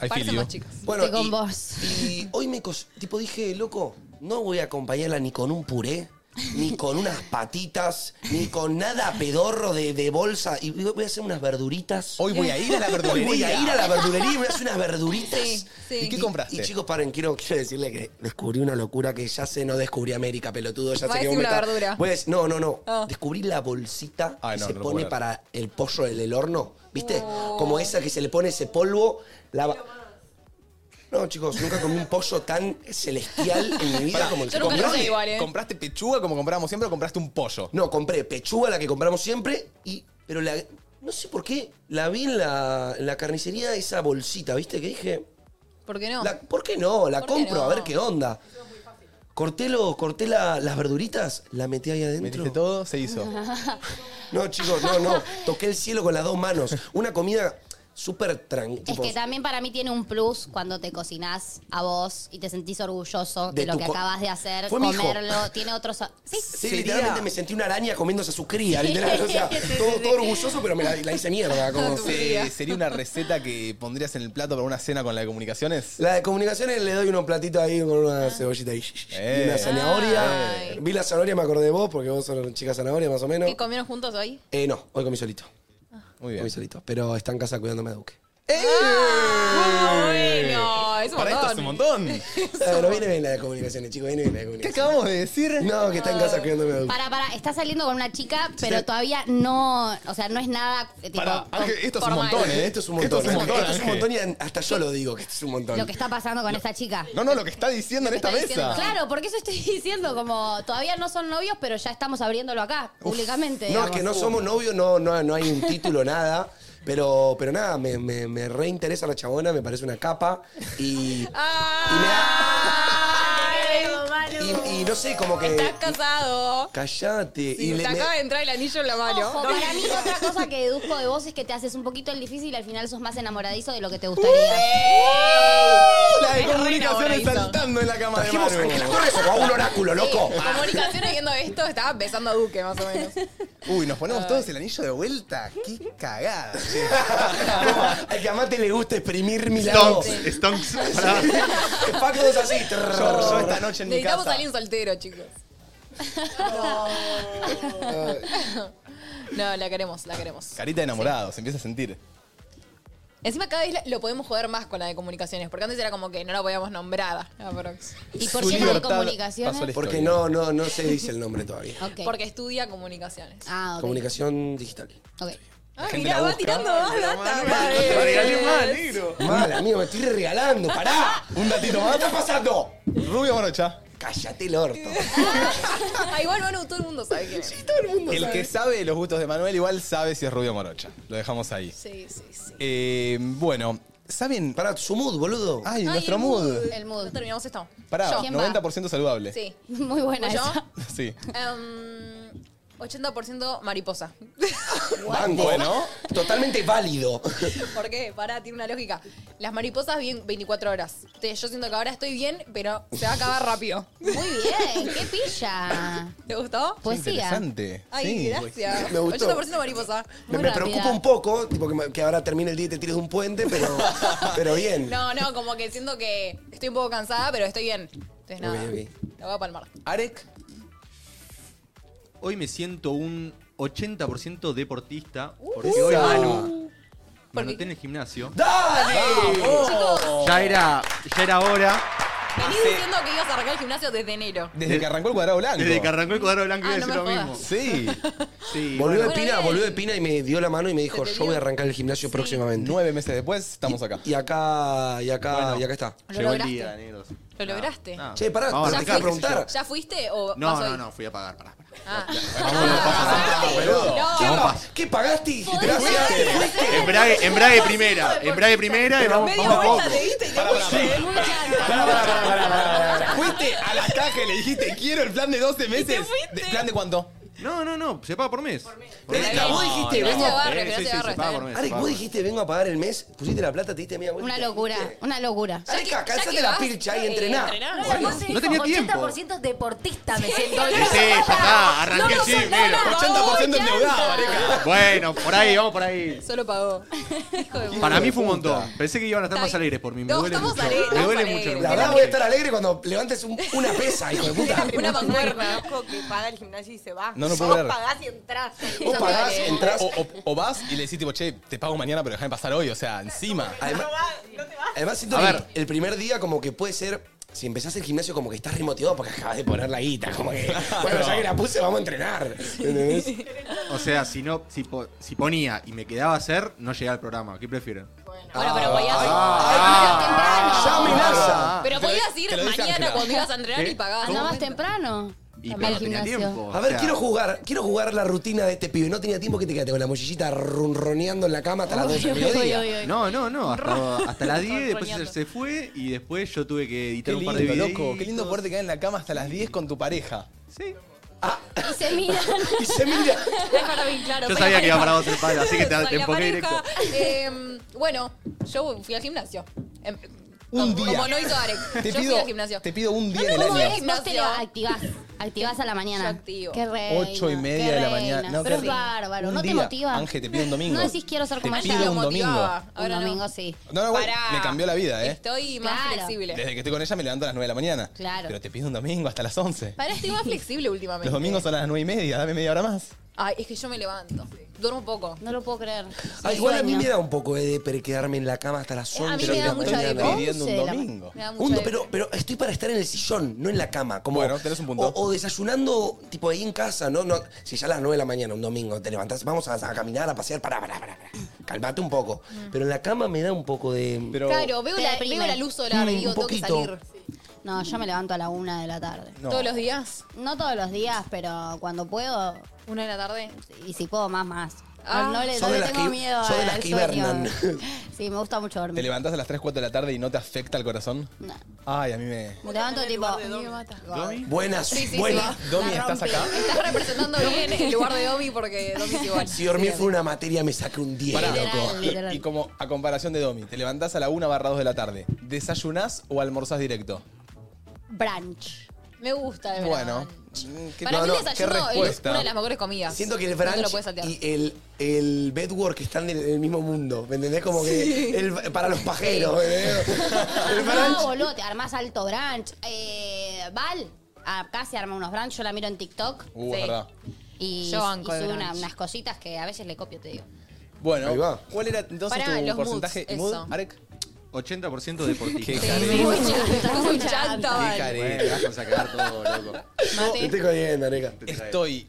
A: feel
B: parecen
A: you.
B: más chicas.
D: Bueno,
C: Estoy con
D: y,
C: vos.
D: y hoy me cos- tipo dije, loco, no voy a acompañarla ni con un puré, ni con unas patitas, ni con nada pedorro de, de bolsa. Y voy a hacer unas verduritas.
A: Hoy voy a ir a la
D: Hoy
A: verdulería.
D: voy a ir a la verdulería y me hace unas verduritas.
B: Sí, sí.
A: ¿Y qué compraste?
D: Y chicos, paren, quiero, quiero decirle que descubrí una locura que ya sé, no descubrí América, pelotudo, ya
B: Va
D: sé
B: a
D: que
B: decir
D: vos me
B: una
D: estás-
B: verdura.
D: Voy a decir- no, no, no.
B: Ah.
D: Descubrí la bolsita
A: Ay, no,
D: que se
A: no lo puedo
D: pone
A: creer.
D: para el pollo del, del horno, ¿viste? Como esa que se le pone ese polvo, la va- No, chicos, nunca comí un pollo tan celestial en mi vida
A: Pará,
D: como el
B: yo
D: que
B: nunca
D: comí.
B: lo sé igual, ¿eh?
A: ¿Compraste pechuga como comprábamos siempre o compraste un pollo?
D: No, compré pechuga, la que compramos siempre, y. Pero la. No sé por qué. La vi en la, en la carnicería, esa bolsita, ¿viste? Que dije.
B: ¿Por qué no?
D: la- ¿Por qué no? La
B: ¿Por qué
D: compro,
B: no?
D: a ver qué onda. Corté, lo, corté la- las verduritas, la metí ahí adentro.
A: Metiste todo, se hizo.
D: No, chicos, no, no. Toqué el cielo con las dos manos. Una comida súper tranquila.
C: Es que también para mí tiene un plus cuando te cocinás a vos y te sentís orgulloso de,
D: De
C: lo
D: tu
C: que
D: co-
C: acabas de hacer,
D: Fue mi hijo.
C: comerlo, tiene otros... sa- Sí,
D: Sí, literalmente me sentí una araña comiéndose a su cría, literal. O sea, todo, todo orgulloso, pero me la, la hice mierda. Como,
A: Se- ¿Sería una receta que pondrías en el plato para una cena con la de comunicaciones?
D: La de comunicaciones le doy unos platitos ahí con una cebollita y,
A: Eh.
D: y una zanahoria.
B: Ay.
D: Vi la zanahoria, me acordé de vos, porque vos sos una chica zanahoria más o menos.
B: ¿Qué comieron juntos hoy?
D: Eh, no, hoy comí solito.
A: Muy
D: Comí
A: bien. ¡Eh!
D: solito. Pero está en casa cuidándome de Duque.
B: Bueno, es un
A: Para esto es un
B: montón.
A: montón.
D: Ah, no viene bien la de comunicaciones, chicos, viene bien la de
A: ¿Qué
D: comunicaciones.
A: acabamos de decir?
D: No, que está en casa cuidándome de Duque.
C: Para, para, está saliendo con una chica, pero
A: está-
C: todavía no, o sea, no es nada eh, tipo,
A: Pará, Ángel, esto es un
B: formal.
A: montón, ¿eh?
D: Esto es un montón.
A: Esto es un montón,
D: Esto es un
A: Ángel.
D: montón y hasta yo lo digo que esto es un montón.
C: lo que está pasando con esta chica.
A: No, no, lo que está diciendo en esta
C: Está diciendo-
A: mesa.
C: Claro, porque eso estoy diciendo, como todavía no son novios, pero ya estamos abriéndolo acá, públicamente.
D: No,
C: digamos.
D: es que no somos novios, no, no, no hay un título, nada. Pero, pero nada, me, me, me reinteresa la chabona, me parece una capa. Y,
B: Ay,
C: Ah.
D: y, me da- y- y no sé, como que.
B: Estás casado.
D: Callate. y
B: Sí,
D: le-
B: te
D: me-
B: acaba de entrar el anillo en la mano.
C: Ojo, para mí otra cosa que deduzco de vos es que te haces un poquito el difícil y al final sos más enamoradizo de lo que te gustaría.
A: La de
B: Es re
A: comunicaciones
B: enamoradizo.
A: saltando en la cama de
D: Trajimos a
A: Manu.
D: Ángela Torres o a un oráculo, loco.
B: Comunicaciones viendo esto, estaba besando a Duque, más o menos.
A: Uy, nos ponemos todos el anillo de vuelta. Qué cagada. che.
D: Al que a Mate le gusta exprimir mi lado.
F: Stonks, Stonks. pará.
D: Factos así. trrr.
A: Yo, yo esta noche en mi
B: Necesitamos a
A: casa.
B: alguien soltero, chicos. No, la queremos, la queremos.
A: Carita de enamorado, se empieza a sentir.
B: Encima cada vez la- lo podemos joder más con la de comunicaciones, porque antes era como que no la podíamos nombrar. Ah, pero-
C: ¿Y por
A: Su libertad
C: qué no hay
A: pasó la
C: comunicaciones?
D: Porque
A: historia.
D: no, no, no se dice el nombre todavía.
C: Ok.
B: Porque estudia comunicaciones.
C: Ah, ok.
D: Comunicación digital.
C: ok.
B: Ah,
A: gente
B: mirá,
A: la
B: va
A: busca.
B: tirando más data. Vale.
D: Mal, amigo, me estoy regalando. ¡Pará! Un datito más. ¿Qué está pasando?
A: Rubio Morocha.
D: Cállate el orto.
B: Ah, igual, Manu, todo el mundo sabe quién es.
A: El que sabe los gustos de Manuel igual sabe si es Rubio Morocha. Lo dejamos ahí.
B: Sí, sí, sí.
A: Eh, bueno, ¿saben?
D: Pará, su mood, boludo.
A: Ay,
B: Ay,
A: nuestro
B: el
A: mood.
C: El mood.
B: ¿No terminamos esto?
A: Pará,
C: Yo.
A: 90% saludable.
B: Sí.
C: Muy buena
B: ¿Yo?
C: esa.
A: Sí.
B: Em, 80% mariposa.
D: Banco,
A: Bueno.
D: Totalmente válido.
B: ¿Por qué? Pará, tiene una lógica. Las mariposas viven 24 horas. Entonces, yo siento que ahora estoy bien, pero se va a acabar rápido.
C: Muy bien, qué pilla.
B: ¿Te gustó?
C: Poesía.
A: Interesante.
B: Ay,
A: sí.
B: gracias.
D: Me gustó.
B: 80% mariposa.
D: Me,
C: Muy
D: me
C: rápida.
D: preocupa un poco, tipo que, me- que ahora termine el día y te tires de un puente, pero, pero bien.
B: No, no, como que siento que estoy un poco cansada, pero estoy bien. Entonces, nada.
D: Ok,
B: La voy a palmar.
A: Arek.
F: Hoy me siento un 80% deportista. Porque hoy Manu. Me anoté en el gimnasio.
D: ¡Dale!
F: Ya era, ya era hora.
B: Venís diciendo que ibas a arrancar el gimnasio desde enero.
A: Desde que arrancó el cuadrado blanco.
F: Desde que arrancó el cuadro blanco
B: Ah,
F: iba a
B: no
F: decir
B: me
F: lo
B: jodas.
F: mismo.
A: Sí.
F: Sí,
D: Volvió de
B: Bueno,
F: eh,
D: Pina,
B: bien.
D: volvió de Pina y me dio la mano y me dijo,
B: Te
D: yo voy
B: pidió.
D: a arrancar el gimnasio próximamente.
A: Nueve meses después estamos acá.
D: Y acá, y acá,
F: Bueno.
D: y acá está.
B: Lo
F: llegó el
B: lograste.
F: día, negros.
B: Lo lograste.
F: Nada.
D: Che, pará,
F: Vamos a
D: te quiero
F: arrancar, qué sé yo.
D: preguntar.
B: ¿Ya fuiste o
F: No,
B: vas hoy?
F: no, no, fui a pagar, pará, pará.
B: Ah.
D: ¿Qué,
B: No,
D: pa- qué pagaste? y dijiste, Gracias.
B: ser.
D: ¿Te fuiste?
F: Embrague, embrague primera, embrague primera y vamos,
B: media
F: vamos a
B: vuelta
F: poco.
B: te diste y te fuiste.
A: Pará, pará, pará, pará, pará, pará. Fuiste a la caja y le dijiste, quiero el plan de 12 meses.
B: fuiste.
A: ¿De- ¿Plan de cuánto?
F: No, no, no, se paga por mes. Por
D: Venga,
F: mes.
D: vos dijiste,
B: No se
D: vengo.
B: agarre, que
F: Eh,
B: no
F: sí,
B: se
F: sí,
B: agarre,
F: se paga
B: está
F: por
B: bien.
D: Arek, vos
F: mes. paga por mes.
D: dijiste, vengo a pagar el mes, pusiste la plata, te diste media vuelta.
C: Una locura, una locura.
D: Areca,
B: Ya que
D: calzate la
B: vas,
D: pircha y
B: eh,
D: entrená.
B: entrená.
E: Vos te
F: No
E: dijo,
F: tenía tiempo.
E: 80% deportista me siento. hoy.
F: Sí, ya está, arranqué
B: No,
F: así,
B: no, no,
F: negro.
B: no,
A: 80% endeudado, Areca.
F: Bueno, por ahí, vamos por ahí.
B: Solo pagó. Hijo de
F: Para mí
A: de
F: fue un
A: puta.
F: montón. Pensé que iban a estar
B: Está
F: más
B: bien.
F: alegres por mí. Me
B: No,
F: duele
B: estamos
F: mucho.
B: alegres,
F: me duele
B: estamos
F: mucho. que
D: La
F: me
B: alegres.
D: verdad
F: duele
D: voy a
F: mucho.
D: estar alegre cuando levantes un- una pesa, hijo de puta.
B: Una mancuerna.
H: loco que paga el gimnasio y se va.
A: No, no
H: Vos
A: puedo creer.
H: pagás y entras.
D: Vos pagás, entrás.
A: O, o- o vas y le decís, tipo, che, te pago mañana, pero déjame pasar hoy. O sea, encima.
D: Además,
H: No, va- no te vas.
D: además siento
F: A
D: que
F: ver.
D: el primer día como que puede ser... Si empezás el gimnasio como que estás remotivado porque acabas de poner la guita, como que... Bueno, ya que la puse, vamos a entrenar. ¿Entendés?
F: O sea, si no, si, po- si ponía y me quedaba a hacer, no llegaba al programa. ¿Qué prefieren?
B: Bueno, pero podías. ah,
D: ¡Ya amenaza!
B: Pero
A: Te lo-
B: podías
A: te
B: ir
A: lo dice
B: mañana
A: Ángela.
B: cuando ibas a entrenar
F: ¿Qué?
B: y pagabas.
C: Andabas temprano
F: Y
C: al
F: pero no tenía
C: gimnasio.
F: tiempo.
D: A
F: o
D: ver,
F: sea,
D: quiero jugar, quiero jugar la rutina de este pibe. No tenía tiempo que te quedaste con la mochillita ronroneando en la cama hasta las 12 del
C: Uy, uy,
D: mediodía.
C: uy, uy.
F: No, no, no. Hasta, hasta las 10, después se, se fue y después yo tuve que
A: Qué
F: editar un par de
A: lindo,
F: videos.
A: loco. Qué lindo poderte quedar en la cama hasta las 10 con tu pareja.
F: Sí.
C: Y se miran.
D: Y se mira.
B: Es para mí, claro.
F: Yo
B: soy
F: sabía
B: la
F: que iba
B: pareja.
F: para vos el padre, así que te,
B: Soy
F: te
B: la
F: enfoqué directo.
B: pareja. Eh, bueno, yo fui al gimnasio. Em,
A: Un
B: como,
A: día.
B: Como no hizo Arek.
A: Te
B: yo
A: pido,
B: fui al gimnasio.
A: te pido un día
C: No,
A: en el
C: ¿Cómo
A: año.
C: es? Vos te lo
B: Gimnasio.
C: activás. Activás a la mañana.
B: Yo activo.
C: Qué reina,
A: Ocho y media
C: qué
A: de la
C: reina.
A: mañana. No,
C: Pero
A: qué
C: es
A: reina.
C: bárbaro.
A: Un
C: ¿No te
A: día.
C: motiva?
A: Ángel, te pido un domingo.
C: No decís quiero ser
A: Te
C: como
A: pido
C: ella.
A: un domingo.
B: motivaba. Ahora
C: un
B: no.
C: domingo sí.
A: No, no, igual
B: Pará.
A: me cambió la vida, ¿eh?
B: Estoy más
C: Claro.
B: flexible.
A: Desde que estoy con ella me levanto a las 9 de la mañana.
C: Claro.
A: Pero te pido un domingo hasta las 11.
B: Pará, estoy más flexible últimamente.
A: Los domingos son a las 9 y media, dame media hora más.
B: Ay, es que yo me levanto. Duermo poco.
C: No lo puedo creer.
D: Ah,
C: Sí,
D: igual a mí
C: sueño.
D: me da un poco de depre quedarme en la cama hasta las 11
C: A mí
A: Pero
C: me
A: te
C: da
D: de la
C: mucho
A: estoy
C: de
D: mañana.
A: pidiendo un
C: once de la
A: domingo.
B: Me da mucho
D: Punto,
B: de-
D: pero, pero estoy para estar en el sillón, no en la cama. Como,
A: Bueno, tenés un punto.
D: O, o desayunando, tipo ahí en casa, ¿no? no si ya a las 9 de la mañana, un domingo, te levantás, vamos a, a caminar, a pasear, pará, pará, pará. pará. Calmate un poco.
C: Mm.
D: Pero en la cama me da un poco de.
A: Pero
B: Claro, veo
C: Te
B: la,
C: deprime.
B: veo la luz solar y
D: Mm,
B: digo,
D: un
B: tengo que
D: poquito.
B: salir.
C: No, yo me levanto a la una de la tarde.
A: no.
B: Todos los días,
C: No todos los días, pero cuando puedo.
B: una de la tarde.
C: Y si puedo, más, más.
B: Ah.
C: no, no le,
D: Sos
C: no
D: de
C: le
D: las
C: tengo
D: que-
C: miedo
D: sos de
C: al
D: las que
C: sueño.
D: hibernan.
C: Sí, me gusta mucho
A: ¿Te
C: dormir.
A: levantás a las 3, 4 de la tarde y no te afecta el corazón?
C: No.
A: Ay, a mí me...
C: Me levanto tipo.
F: ¿Domi?
D: Buenas,
B: Sí, sí, sí.
D: buenas.
A: Domi,
C: La
A: ¿estás
C: rompí.
A: acá?
B: Estás representando bien el lugar de Domi porque Domi es igual.
D: Si dormir fue una materia, me saqué un 10,
A: Pará.
D: loco.
A: Y, y como a comparación de Domi, te levantás a la 1 barra 2 de la tarde. ¿Desayunás o almorzás directo?
C: Brunch.
B: Me gusta, de verdad.
A: Bueno. mm, ¿qué-
B: Para
A: no,
B: mí
A: no,
B: el
A: ¿qué
B: desayuno es
A: respuesta?
B: una de las mejores comidas.
D: Siento que el
B: No te lo
D: brunch
B: puedes saltear.
D: y el, el bedwork están en el mismo mundo, ¿me entendés? Como que el- para los pajeros, ¿me entendés? El brunch
C: No, boludo, te armás alto brunch. Eh, Val, acá se arma unos brunch, yo la miro en TikTok.
A: Uh, es
B: Sí.
A: verdad.
C: Y,
B: Yo banco
C: y
B: el
C: sube una-
B: brunch.
C: unas cositas que a veces le copio, te digo.
D: Ahí
A: Bueno,
D: va.
A: ¿cuál era entonces
B: Pará,
A: tu
B: los
A: porcentaje
B: moods,
A: y mood,
B: eso.
A: Arek?
F: 80% deportista.
A: Qué
F: Qué
A: careta.
B: Muy chanta,
A: Qué
B: Val.
A: careta.
F: Bueno, vas a sacar todo, loco.
D: Te
B: Mate.
D: estoy jodiendo, Areca.
A: Estoy,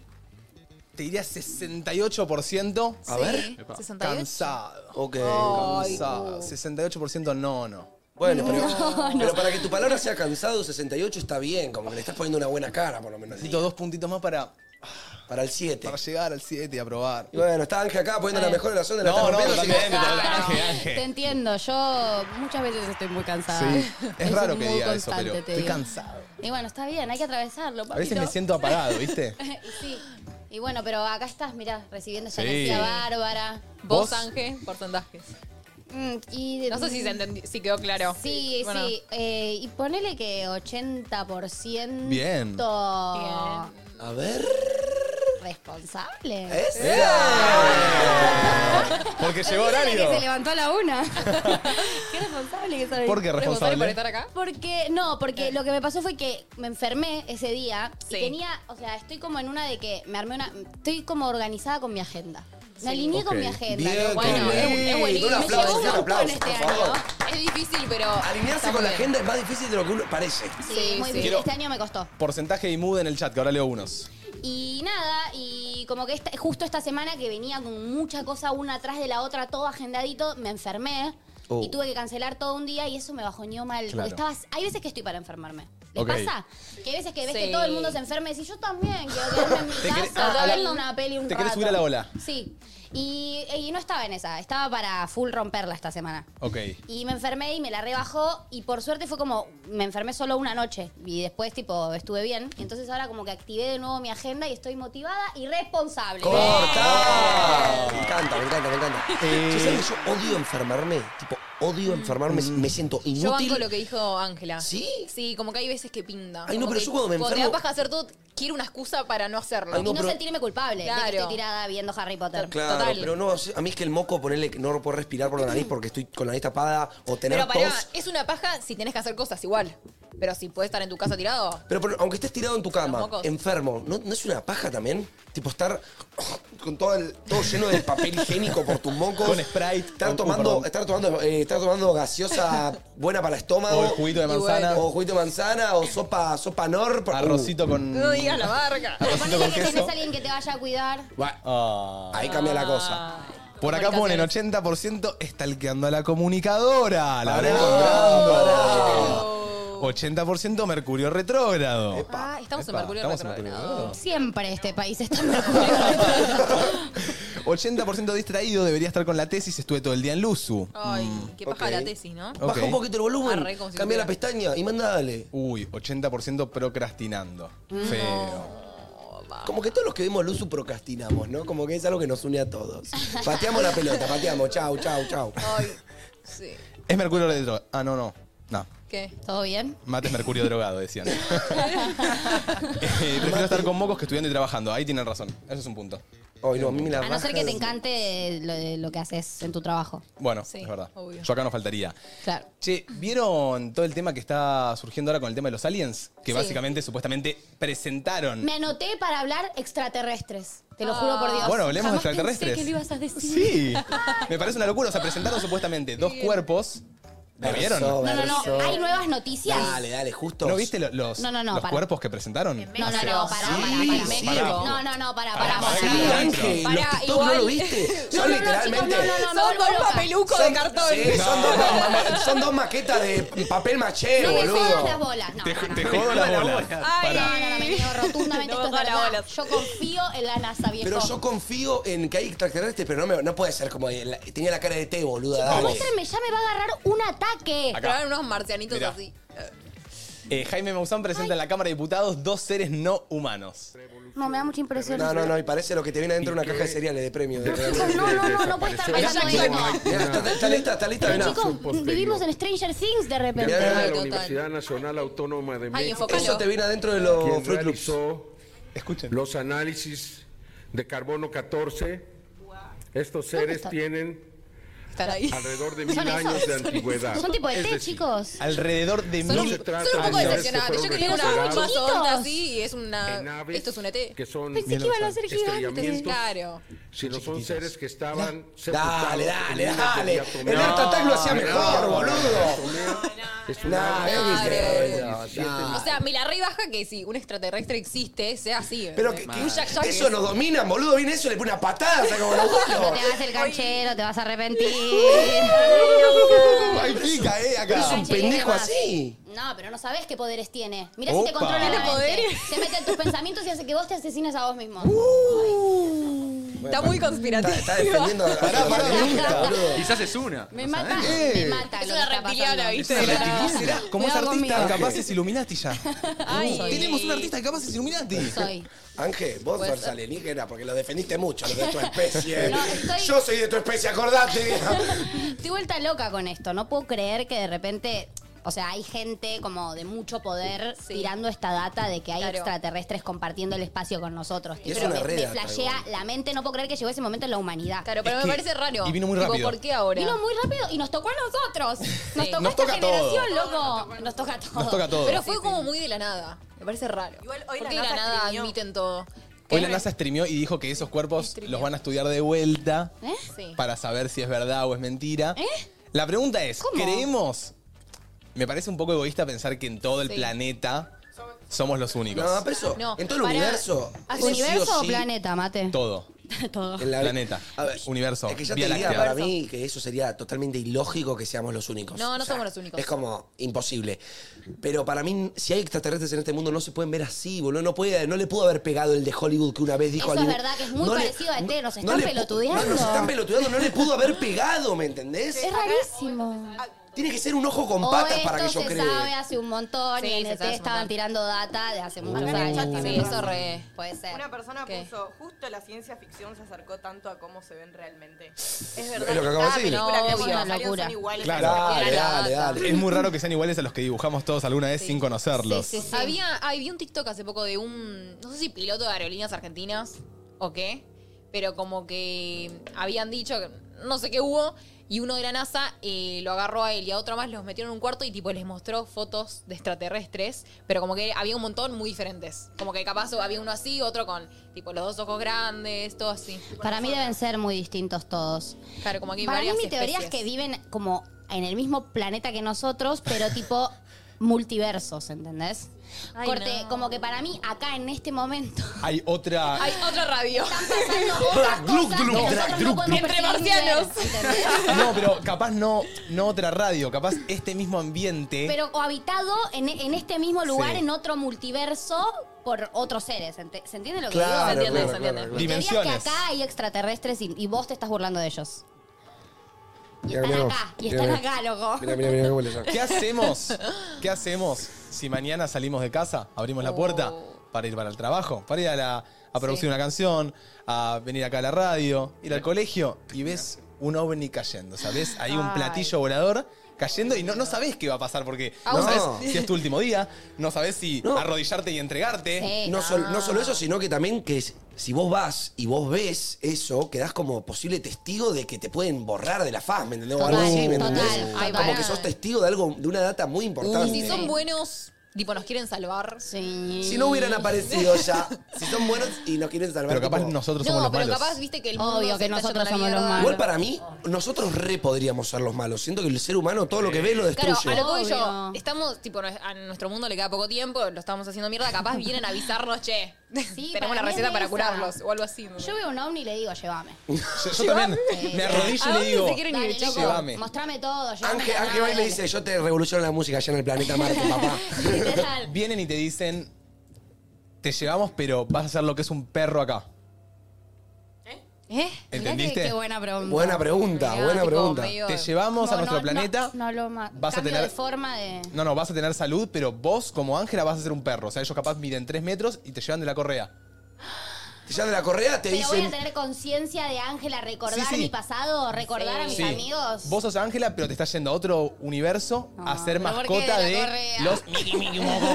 A: te diría 68%
D: A ver.
F: Epa.
B: 68.
A: cansado.
D: Ok.
A: Cansado. 68% no, no.
D: Bueno, pero, pero para que tu palabra sea cansado, 68 está bien, como que le estás poniendo una buena cara, por lo menos.
A: Necesito dos puntitos más para,
D: Para el 7.
A: para llegar al 7 y aprobar.
D: Y bueno, está Ángel acá poniendo la mejor oración de la
A: No,
D: tarde.
A: no,
D: Pero
A: totalmente,
D: sí.
A: totalmente.
C: Claro,
A: Ángel, Ángel.
C: Te entiendo, yo muchas veces estoy muy cansada.
A: Sí. Es
C: Eso
A: raro que
C: muy
A: diga eso,
C: constante,
A: pero
C: te
A: estoy
C: digo.
A: cansado.
C: Y bueno, está bien, hay que atravesarlo,
A: A veces me
C: papito.
A: siento apagado, ¿viste?
C: Y sí. Y bueno, pero acá estás, mirá, recibiendo esa
A: Sí.
C: energía bárbara.
A: ¿Vos?
B: Vos, Ángel, porcentajes.
C: Mm, Y,
B: No sé si, se entendí- si quedó claro.
C: Sí,
B: Bueno.
C: sí. eh, y ponele que 80%
A: Bien.
B: Bien.
D: A ver.
C: responsable.
D: ¿Es?
A: Porque
C: Es
A: Eh, llegó
C: la
A: horario.
C: que se levantó a la una. Qué responsable que soy.
A: ¿Por qué
B: ¿Responsable por
A: responsable?
B: estar acá?
C: Porque, no, porque lo que me pasó fue que me enfermé ese día
B: Sí.
C: y tenía, o sea, estoy como en una de que me armé una, estoy como organizada con mi agenda. Me alineé con
F: Ok.
C: mi agenda.
D: Bien,
C: lo cual
B: Bueno,
D: qué
B: es-
D: lindo.
B: es buenísimo.
D: Un
B: Me
C: me llevó
D: aplauso,
C: un
D: un
C: montón
D: aplauso,
C: este
D: por
C: año.
D: favor.
B: Es difícil, pero.
D: Alinearse
B: está
D: con
B: muy
D: la
B: bien.
D: agenda es más difícil de lo que uno parece.
B: Sí,
C: Sí, muy
B: sí.
C: difícil.
A: Quiero-
C: Este año me costó.
A: Porcentaje y mood en el chat, que ahora leo unos.
C: Y nada, y como que esta- justo esta semana que venía con mucha cosa una atrás de la otra, todo agendadito, me enfermé.
D: Oh.
C: Y tuve que cancelar todo un día y eso me bajoneó mal.
A: Claro.
C: Porque estabas, hay veces que estoy para enfermarme. ¿Les
A: Ok.
C: pasa? Que hay veces que ves
B: Sí.
C: que todo el mundo se enferma y decís, yo también quiero quedarme en mi
A: Te querés-
C: casa
A: a la-
C: viendo una peli un
A: te querés
C: rato".
A: subir a la ola.
C: Sí. Y, y no estaba en esa, estaba para full romperla esta semana.
A: Ok.
C: Y me enfermé y me la rebajó y por suerte fue como, me enfermé solo una noche y después tipo estuve bien. Y entonces ahora como que activé de nuevo mi agenda y estoy motivada y responsable.
D: ¡Corta! Me encanta, me encanta, me encanta.
A: Eh.
D: Yo, ¿sabes? Yo odio enfermarme. Tipo, odio enfermarme.
A: Mm.
D: Me siento inútil.
B: Yo banco lo que dijo Ángela.
D: ¿Sí?
B: Sí, como que hay veces que pinta.
D: Ay, no,
B: Como
D: pero
B: que
D: yo cuando me
B: te da
D: enfermo-
B: paja hacer todo, quiero una excusa para no hacerlo.
D: Ay,
C: Y no
D: pero-
C: sentirme culpable de
B: Claro.
C: que estoy tirada viendo Harry Potter.
D: Claro,
B: Total.
D: pero no, a mí es que el moco, ponerle que no puedo respirar por la nariz porque estoy con la nariz tapada o tener
B: Pero pará,
D: tos.
B: es una paja si tenés que hacer cosas igual. Pero si puedes estar en tu casa tirado.
D: Pero, por- aunque estés tirado en tu
B: Los
D: cama,
B: mocos.
D: enfermo, ¿no, no es una paja también? Tipo estar con todo, el- todo lleno de papel higiénico por tus mocos.
A: Con Sprite,
D: Estar
A: con- uh,
D: tomando,
A: perdón.
D: estar tomando, eh, estar tomando gaseosa buena para estómago.
A: O el juguito de
B: Y bueno.
A: manzana.
D: O juguito de manzana, o sopa, sopa nor. por-
A: Arrocito con.
B: No digas la marca.
A: Arrocito
C: Ponele
A: con
C: que
A: queso.
C: tenés a alguien que te vaya a cuidar.
D: Buah,
A: Ah.
D: ahí cambia la cosa.
A: Por acá ponen 80% estalqueando a la comunicadora. La habrá
D: Pará,
A: encontrado. 80% mercurio retrógrado.
B: Ah, estamos en
A: Epa,
B: Mercurio
A: estamos en
B: retrógrado.
C: Siempre este país está en mejor.
A: 80% distraído, debería estar con la tesis, estuve todo el día en Luzu.
B: Ay, qué paja
D: ok.
B: la tesis, ¿no?
A: Ok.
D: Baja un poquito el volumen,
B: Arre, como si
D: cambia la
B: tuviera-
D: pestaña y mandale.
A: Uy, 80% procrastinando. Feo.
D: Como que todos los que vemos Luzu procrastinamos, ¿no? Como que es algo que nos une a todos. Pateamos la pelota, pateamos. Chau, chau, chau.
B: Ay, sí.
A: Es mercurio de droga. Ah, no, no. No.
B: ¿Qué?
C: ¿Todo bien?
A: Mate es mercurio drogado, decían. Eh, prefiero estar con mocos que estudiando y trabajando. Ahí tienen razón. Eso es un punto.
D: Ay, no, a mí me la
C: A no ser
D: baja
C: que te
D: de-
C: encante lo, lo que haces en tu trabajo.
A: Bueno,
B: Sí,
A: es verdad.
B: obvio.
A: Yo acá no faltaría.
C: Claro.
A: Che, ¿vieron todo el tema que está surgiendo ahora con el tema de los aliens? Que
B: Sí.
A: básicamente, supuestamente, presentaron.
I: Me anoté para hablar extraterrestres. Te lo juro por Dios.
A: Ah. Bueno, hablemos de
I: Jamás
A: extraterrestres.
I: Pensé que lo ibas a decir.
A: Sí. Me parece una locura. O sea, presentaron supuestamente dos cuerpos. ¿Lo vieron?
D: Verso,
C: No, no, no.
D: verso.
C: Hay nuevas noticias.
D: Dale, dale, justo.
A: ¿No viste lo- los,
C: No, no, no,
A: los
C: para.
A: cuerpos que presentaron?
C: No, no, no, pará,
A: Sí,
C: pará, pará.
A: sí.
C: No, no, no, pará, pará,
A: Pará,
D: Sí,
A: pará,
C: pará.
D: Ángel, los
B: Pará,
D: TikTok no
B: igual-
D: lo viste. Son
C: no,
D: literalmente.
C: chicos, no, no, no.
B: Son
C: me
B: con un
C: loca.
B: papeluco de cartón.
D: Sí, son, dos, ma- son dos maquetas de papel maché,
C: No me jodas las
D: boludo.
C: bolas. No,
A: Te,
C: no, no.
A: te jodo la bola.
B: Ay.
C: No, no, no, me niego rotundamente.
B: No
C: esto
B: me
C: es
B: jodas las
C: verdad.
B: bolas.
C: Yo confío en la NASA, viejo.
D: Pero yo confío en que hay extraterrestres, pero no, me- no puede ser como. el- tenía la cara de té, boluda.
C: No,
D: Dale.
C: muéstrame, ya me va a agarrar un ataque.
A: Acá.
B: Traen unos marcianitos
A: Mirá.
B: así.
A: Eh, Jaime Maussan presenta en la Cámara de Diputados dos seres no humanos.
C: No, me da mucha impresión.
D: No, no, no, y parece lo que te viene adentro de una caja de cereales de premio. De
C: Chicos, no, no, no, no puede estar
B: Pero
C: pasando
B: ya
C: esto.
D: Mira, está, está lista, está lista,
I: Pero
D: mirá.
I: chicos, vivimos en Stranger Things de repente.
D: Mirá,
B: Ay,
D: mirá,
B: total.
J: Nacional Autónoma de
B: Ay,
D: Eso
B: enfócalo.
D: te viene adentro de los Fruit Loops.
J: México,
A: Escuchen.
J: los análisis de carbono 14. Estos seres
I: está?
J: tienen
B: Están ahí.
J: alrededor de
C: Son
J: mil
C: esos,
J: años de
C: son
J: antigüedad.
C: Son tipo de
J: Es
C: té,
J: decir,
C: chicos.
A: Alrededor de
B: Son un,
A: mil.
J: trata
B: son un poco
J: de seres
B: decepcionantes. Yo
J: que
B: quería
J: fueron
B: una más
I: recuperados.
B: onda así y es
J: en
B: una.
J: aves
B: Ah, Esto es un E ET.
J: que son
I: Pensé que iban a ser gigantes.
J: estrellamientos.
B: Claro.
J: Si no son seres que estaban
D: Dale, dale,
J: en una
D: dale.
J: diatomea.
D: El Art Attack lo hacía
J: No,
D: mejor,
J: no,
D: boludo.
J: Es
D: Nah,
J: una
D: ¿qué dices?
B: O sea, me la rebaja que si un extraterrestre existe, sea así.
D: Pero que,
B: ¿entendés?
D: que-
B: Un Jack Jack
D: eso
B: es-
D: nos dominan, boludo. Viene eso y le pone una patada, saca como los
C: No te
D: bolos.
C: hagas el ganchero, te vas a arrepentir.
D: Ay, pica, eh, acá. Es un
C: Ganchero y
D: pendejo
C: demás.
D: así.
C: No, pero no sabes qué poderes tiene. Mirá si te
A: Opa.
C: controla la
A: ¿Tiene
C: mente.
B: poderes?
C: Se mete en tus pensamientos y hace que vos te asesines a vos mismo.
D: Uh,
B: Está muy conspirativo.
D: Está, está defendiendo a
A: Pará, pará, me gusta.
F: Quizás es una.
C: me
F: no sabés.
C: mata,
D: eh.
C: me mata.
B: Es
C: lo
B: una
C: que está
B: reptiliana,
C: pasando.
B: ¿viste?
A: Será, será, Como es
C: Cuidado
A: artista,
C: conmigo.
A: capaz es Illuminati ya.
B: Ay.
A: Tenemos un artista que capaz es Illuminati.
C: Soy.
D: Ángel, vos
B: Puede
D: sos
B: ser.
D: alienígena porque lo defendiste mucho, los de tu especie.
C: No, estoy-
D: Yo soy de tu especie, acordate.
C: Estoy vuelta loca con esto. No puedo creer que de repente. O sea, hay gente como de mucho poder
B: Sí.
C: tirando esta data de que hay
B: Claro.
C: extraterrestres compartiendo el espacio con nosotros.
D: Y es
C: Pero
D: una
C: me,
D: re
C: me
D: data,
C: flashea
D: igual.
C: la mente. No puedo creer que llegó ese momento en la humanidad.
B: Claro, pero
A: Es
B: me
A: que-
B: parece raro.
A: y vino muy
B: Tipo,
A: rápido.
B: ¿Por qué ahora?
C: Vino muy rápido y nos tocó a nosotros. Nos
B: Sí.
C: tocó
A: Nos
C: esta
A: toca todo.
C: generación, loco. Nos toca todo.
A: Nos toca todo.
B: Pero fue como muy de la nada. Me parece raro.
H: Igual hoy
B: ¿Por
H: la
B: qué de la
H: NASA
B: nada
H: escribió-
B: admiten todo?
A: Hoy la NASA streameó y dijo que esos cuerpos los van a estudiar de vuelta
C: ¿Eh?
B: Sí.
A: para saber si es verdad o es mentira. La pregunta es,
C: ¿Cómo?
A: ¿creemos? Me parece un poco egoísta pensar que en todo el
B: Sí.
A: planeta somos los únicos.
D: No, pero eso,
B: No,
D: en todo el
B: pará.
D: universo.
C: ¿A
D: eso sí
C: universo o
D: sí,
C: planeta, mate?
A: Todo.
C: todo.
D: en la-
A: Planeta, universo,
D: Es que yo
A: Vía
D: te diría,
A: Láctea.
D: para mí, que eso sería totalmente ilógico que seamos los únicos.
B: No, no somos los únicos.
D: Es como imposible. Pero para mí, si hay extraterrestres en este mundo, no se pueden ver así, boludo. No, puede, no le pudo haber pegado el de Hollywood que una vez dijo
C: Eso es
D: Hollywood.
C: verdad, que es muy
D: le-
C: parecido a ET, nos están
D: le pu-
C: pelotudeando.
D: No, nos están pelotudeando, no le pudo haber pegado, ¿me entendés?
I: Es rarísimo.
D: Tiene que ser un ojo con
C: O
D: patas para que
C: esto
D: yo
C: se
D: crea.
C: sabe hace un montón
B: Sí,
C: y en
B: se
C: ET
B: sabe hace un
C: estaban
B: montón.
C: tirando data de hace muchos
H: Acá en el
C: años.
H: chat
C: también.
B: Sí,
H: tiene
B: eso re.
C: Puede ser.
H: Una persona
B: ¿Qué?
H: puso, justo la ciencia ficción se acercó tanto a cómo se ven realmente. Es verdad.
D: Es lo que acabo de
H: cada
D: decir.
H: película que
C: No,
H: vemos
C: es
H: de
C: una
H: los aliens
C: locura.
H: son iguales
A: Claro.
H: a las
D: Dale,
H: que-
D: dale, dale.
A: Es muy raro que sean iguales a los que dibujamos todos alguna vez sin conocerlos.
C: Sí, sí, sí.
B: Había, ay, vi un TikTok hace poco de un, no sé si piloto de aerolíneas argentinas o qué, pero como que habían dicho, que no sé qué hubo, y uno de la NASA eh, lo agarró a él y a otro más los metió en un cuarto y tipo les mostró fotos de extraterrestres, pero como que había un montón muy diferentes. Como que capaz había uno así, otro con tipo los dos ojos grandes, todo así.
C: Para mí deben ser muy distintos todos.
B: Claro, como que hay
C: Para mí
B: varias
C: mi teoría es
B: especies.
C: que viven como en el mismo planeta que nosotros, pero tipo multiversos, ¿entendés?
B: Ay,
C: Corte,
B: no.
C: como que para mí acá en este momento
A: Hay otra...
B: Hay otra radio.
C: pasando otras cosas que nosotros no podemos
B: Entre
C: percibir,
B: marcianos.
C: ¿entendés?
A: No, pero capaz no, no otra radio, capaz este mismo ambiente.
C: Pero o habitado en, en este mismo lugar,
A: Sí.
C: en otro multiverso, por otros seres. Ente- ¿Se entiende lo que
D: Claro,
C: digo?
B: se entiende,
D: claro,
B: se
D: claro,
B: entiende.
D: claro.
C: Mi teoría
A: Dimensiones.
C: es que acá hay extraterrestres y, y vos te estás burlando de ellos. Y están
D: mirá vos,
C: acá, y
D: mirá,
C: están
D: mirá.
C: acá, loco.
D: Mira, mira, mira cómo le saca.
A: ¿Qué hacemos? ¿Qué hacemos si mañana salimos de casa, abrimos la puerta para ir para el trabajo, para ir a la, a producir una canción, a venir acá a la radio, ir al colegio y ves un ovni cayendo. O sea, ves ahí un
K: Ay.
A: platillo volador cayendo y no, no sabés qué va a pasar porque
K: Ah,
A: no,
K: vos-
A: sabés si es tu último día, no sabés si arrodillarte y entregarte.
D: No, sol- no solo eso, sino que también que s- si vos vas y vos ves eso, quedás como posible testigo de que te pueden borrar de la faz, ¿me entendés? O algo
B: Total,
D: así, ¿me
B: total.
D: entendés?
B: Ay,
D: como
B: pará.
D: que sos testigo de algo, de una data muy importante.
B: Y si son buenos, tipo, nos quieren salvar.
C: Sí.
D: Si no hubieran aparecido ya, si son buenos y nos quieren salvar.
A: Pero capaz
D: tipo-
A: nosotros
B: No, pero capaz viste que el mundo
C: Obvio
B: se
C: que
B: está
C: nosotros
B: yendo a la
C: somos los
B: mierda.
C: malos.
D: Igual para mí, nosotros re podríamos ser los malos. Siento que el ser humano todo lo que ve lo
B: Claro,
D: destruye.
B: a lo que voy yo,
C: Obvio.
B: estamos, tipo, nos- a nuestro mundo le queda poco tiempo, lo estamos haciendo mierda, capaz vienen a avisarnos, che,
C: para
B: tenemos la
C: mí es
B: receta para
C: esa.
B: curarlos o algo así. ¿no?
C: Yo veo un ovni y le digo, llévame.
A: Yo, yo también me arrodillo
B: ¿A
A: y le
B: dónde
A: digo,
B: se quieren ir, chicos?
A: llévame.
C: Mostrame todo. llévame
D: Ángel,
C: a la
D: Ángel va y le
C: nave.
D: dice, yo te revoluciono la música allá en el planeta Marte, papá.
A: Vienen y te dicen, te llevamos, pero vas a hacer lo que es un perro acá.
C: ¿Eh?
A: ¿Entendiste?
C: Qué, qué buena pregunta.
A: Buena pregunta,
C: Mirá,
A: buena
C: tipo,
A: pregunta.
C: medio-
A: Te llevamos a nuestro planeta,
C: No, lo ma-
A: vas a
C: cambio
A: tener-
C: de forma de...
A: No, no, vas a tener salud, pero vos como Ángela vas a ser un perro. O sea, ellos capaz miden 3 metros y te llevan de la correa.
D: Te llevan de la correa,
C: Pero voy a tener conciencia de Ángela, recordar
A: Sí, sí.
C: mi pasado, recordar a mis
A: Sí.
C: amigos.
A: Vos sos Ángela, pero te estás yendo a otro universo a ser
C: Ah, pero ¿por qué
A: mascota
C: de
A: de,
C: la correa?
A: los Mickey Mickey Moco.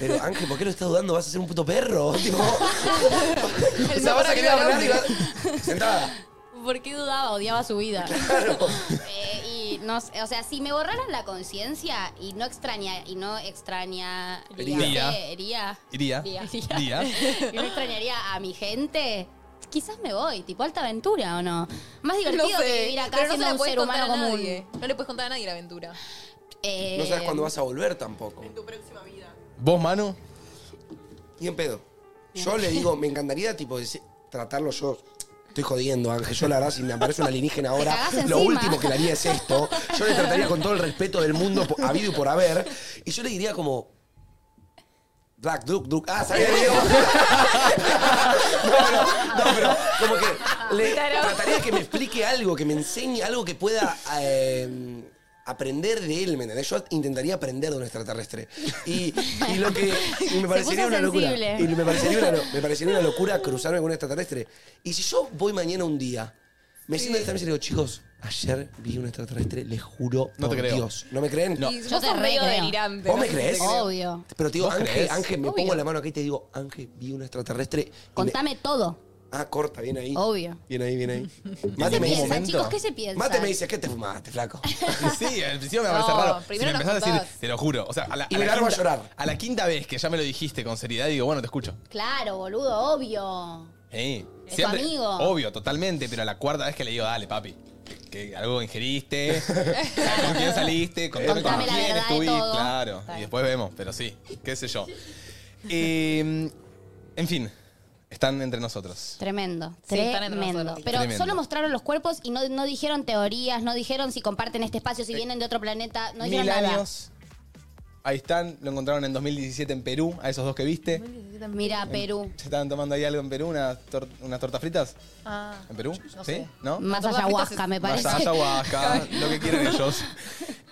D: Pero Ángel, ¿por qué lo estás dudando? Vas a ser un puto perro. Tipo, o sea, vas a
C: propio
D: querer hablar y
C: nombre.
D: vas- Sentada.
C: ¿Por qué dudaba? Odiaba su vida. Eh, y no, sé, o sea, si me borraran la conciencia y no extraña y no extrañaría,
A: Iría.
C: ¿qué? Iría.
A: Iría. Iría.
C: y no extrañaría a mi gente. Quizás me voy, tipo alta aventura o no. Más divertido
B: No sé,
C: que vivir acá
B: pero no
C: siendo
B: se la
C: un
B: podés
C: ser humano
B: contar a
C: común. Eh,
B: nadie. No le puedes contar a nadie la aventura.
D: No sabes cuándo vas a volver tampoco.
A: ¿Vos, Manu?
D: Ni en pedo. Yo le digo, me encantaría, tipo, decir- tratarlo yo. Estoy jodiendo, Ángel. Yo, la verdad, si me aparece un alienígena ahora,
C: Te
D: lo
C: cagás encima.
D: último que le haría es esto. Yo le trataría con todo el respeto del mundo po- habido y por haber. Y yo le diría como... Black Duke, Duke. Ah, sabía Diego. no, pero, no, pero como que le trataría que me explique algo, que me enseñe algo que pueda eh, aprender de él, ¿me entendés? Yo intentaría aprender de un extraterrestre. Y, y lo que y me
C: Se
D: parecería
C: puso
D: una locura.
C: sensible.
D: Y me parecería una, lo- me parecería una locura cruzarme con un extraterrestre. Y si yo voy mañana un día, me siento en esta mesa y le digo, chicos, ayer vi un extraterrestre, les juro
A: No te
D: por
A: creo.
D: Dios. ¿No me creen?
A: No.
B: Y
C: Yo
B: vos
C: te
B: sos
C: re
B: medio
C: creo.
B: delirante.
D: ¿Vos
B: ¿no?
D: me crees?
C: Obvio.
D: Pero te digo,
A: ¿Vos
D: Ángel,
A: crees?
D: Ángel, me
C: Obvio.
D: pongo la mano acá y te digo, Ángel, vi un extraterrestre. y me-
C: Contame todo,
D: Ah, corta, bien ahí.
C: obvio.
D: Bien ahí, bien ahí.
C: ¿Qué
D: Mate
C: se
D: me dice.
C: piensa,
A: momento.
C: chicos? ¿Qué se piensa?
D: Mate me dice, ¿qué te fumaste, flaco?
A: Sí, al principio me parece
B: No,
A: raro. Si me
B: primero nos
A: empezás a decir,
B: contás.
A: te lo juro. O sea, a la,
D: Y
A: a la
D: me largo a
A: quinta-
D: llorar.
A: A la quinta vez que ya me lo dijiste con seriedad, digo, bueno, te escucho.
C: Claro, boludo, obvio.
A: Sí.
C: Es tu amigo.
A: Obvio, totalmente, pero a la cuarta vez que le digo, dale, papi. Que algo ingeriste, con quién saliste, contame, con
C: Contame la
A: quién
C: verdad de
A: estuviste,
C: todo.
A: claro. Y después vemos, pero sí, qué sé yo. Eh, en fin, están entre nosotros.
C: Tremendo,
B: Sí, están entre
C: tremendo.
B: nosotros.
C: Pero
A: Tremendo.
C: solo mostraron los cuerpos y no, no dijeron teorías, no dijeron si comparten este espacio,
D: Eh,
C: si vienen de otro planeta, no dijeron
A: Mil
C: nada.
A: años. Ahí están, lo encontraron en 2017 en Perú, a esos dos que viste.
C: Mira, Perú.
A: ¿Se estaban tomando ahí algo en Perú? ¿Unas, tor- unas tortas fritas?
B: Ah.
A: ¿En Perú?
B: no
A: ¿Sí?
B: sé.
A: ¿No?
B: Las
C: Más
B: tortas
C: ayahuasca,
B: fritas
C: me
A: Más
C: parece.
A: ayahuasca, lo que quieran ellos.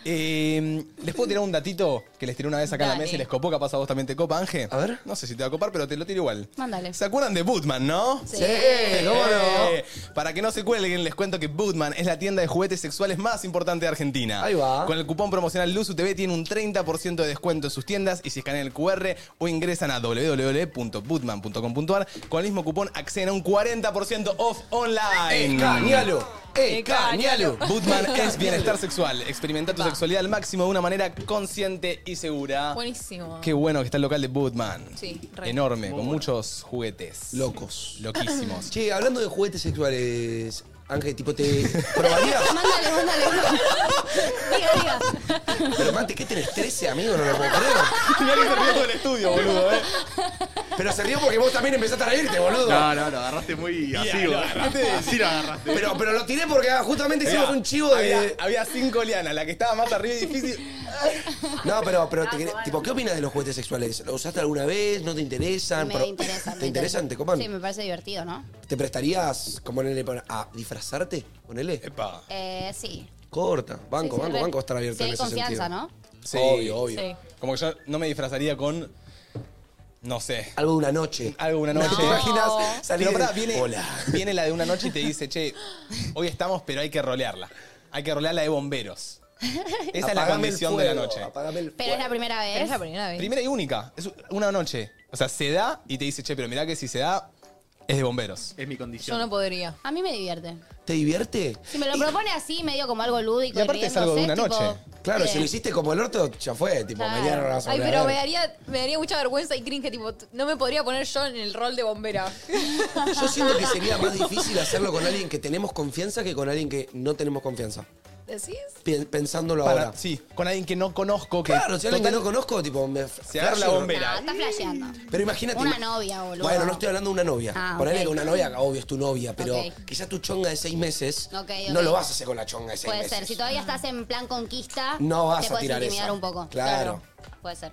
A: Eh, les puedo tirar un datito que les tiré una vez acá en la
B: Dale.
A: mesa y les copó, capaz a vos también te copa, Ángel. A ver. No sé si te va a copar, pero te lo tiro igual.
C: Mándale.
A: ¿Se acuerdan de Bootman, no?
B: Sí.
D: ¿Cómo no?
A: Eh, Para que no se cuelguen, les cuento que Bootman es la tienda de juguetes sexuales más importante de Argentina.
D: Ahí va.
A: Con el cupón promocional Luzu TV tiene un 30% de descuento en sus tiendas y si escanean el QR o ingresan a www.bootman.com.ar con el mismo cupón acceden a un 40% off online.
D: ¡Escañalo! ¡Escañalo!
A: Bootman es bienestar sexual. Experimenta tu sexualidad al máximo de una manera consciente y segura.
B: Ah, Buenísimo.
A: Qué bueno que está el local de Bootman.
B: Sí, re.
A: Enorme, con muchos juguetes.
D: Locos.
A: Loquísimos.
D: Che, hablando de juguetes sexuales, Ángel, tipo, ¿te probarías?
C: Mándale, mándale. diga, diga.
D: Pero Mate, ¿qué tenés? 13 amigos, no lo puedo creer.
A: Mirá que se rió todo el estudio, boludo, eh.
D: Pero se rió porque vos también empezaste a reírte, boludo.
F: No, no, lo agarraste muy así,
A: lo
F: boludo.
A: agarraste.
F: Así lo agarraste.
D: Pero, pero lo tiré porque ah, justamente hicimos un chivo
A: había,
D: de.
A: había cinco lianas, la que estaba más arriba y difícil.
D: No, pero,
C: Ah,
D: pero te querés- tipo, ¿qué opinas de los juguetes sexuales? ¿Los usaste alguna vez? ¿No te interesan?
C: Me
D: Ah, Pero-
C: interesan.
D: ¿Te
C: me
D: interesan? ¿Te copan?
C: Sí, me parece divertido, ¿no?
D: ¿Te prestarías, como en el, a disfrazarte? Ponele.
A: Epa.
C: Eh, sí.
D: Corta.
C: Sí,
D: Banco,
C: sí,
D: banco,
C: re-
D: banco va a estar abierto
C: Si
D: en
C: hay
D: ese
C: confianza,
D: sentido.
C: ¿no?
A: Sí.
D: Obvio, obvio.
B: Sí.
A: Como que yo no me disfrazaría con. No sé.
D: Algo de una noche.
A: Algo de una noche.
D: ¿Te imaginas salir
A: Pero pará,
D: de-
A: viene,
D: Hola.
A: viene la de una noche y te dice, che, hoy estamos, pero hay que rolearla. Hay que rolearla de bomberos. Esa es la
D: Apagame el
A: condición de la
D: fuego,
A: noche.
C: Pero es la primera vez.
B: Pero es la primera vez.
A: Primera y única. Es una noche. O sea, se da y te dice, che, pero mirá que si se da, es de bomberos.
F: Es mi
C: Yo
F: condición.
C: no podría. A mí me divierte.
D: ¿Te divierte?
C: Si me lo propone así, medio como algo lúdico.
D: Y aparte es algo de
C: riéndose,
D: una
C: tipo, eh,
D: noche. Claro,
C: bien.
D: si lo hiciste como el orto, ya fue. Tipo,
C: Claro.
D: mañana no vas a
B: Ay,
D: volver a
B: pero me
D: ver.
B: daría, me daría mucha vergüenza y cringe, tipo, t- no me podría poner yo en el rol de bombera.
D: Yo siento que sería más difícil hacerlo con alguien que tenemos confianza que con alguien que no tenemos confianza.
B: ¿Decís?
D: Pi- Pensándolo
A: Para-
D: ahora.
A: Sí, con alguien que no conozco. Que
D: Claro, si alguien que
A: total-
D: no conozco, tipo, me. Se
A: agarra la bombera.
C: Ah, está flasheando.
D: Pero imagínate.
C: Una
D: ima-
C: novia, boludo.
D: Bueno, no estoy hablando de una novia.
C: Ah,
D: Por ahí
C: ok.
D: que una novia, obvio, es tu novia, pero
C: Ok.
D: quizás tu chonga de seis meses
C: Ok,
D: no
C: ok.
D: lo vas a hacer con la chonga de seis
C: Puede
D: meses.
C: ser. Si todavía estás en plan conquista,
D: No vas
C: te
D: a
C: puedes
D: tirar
C: intimidar
D: esa.
C: un poco.
D: Claro.
C: Puede ser.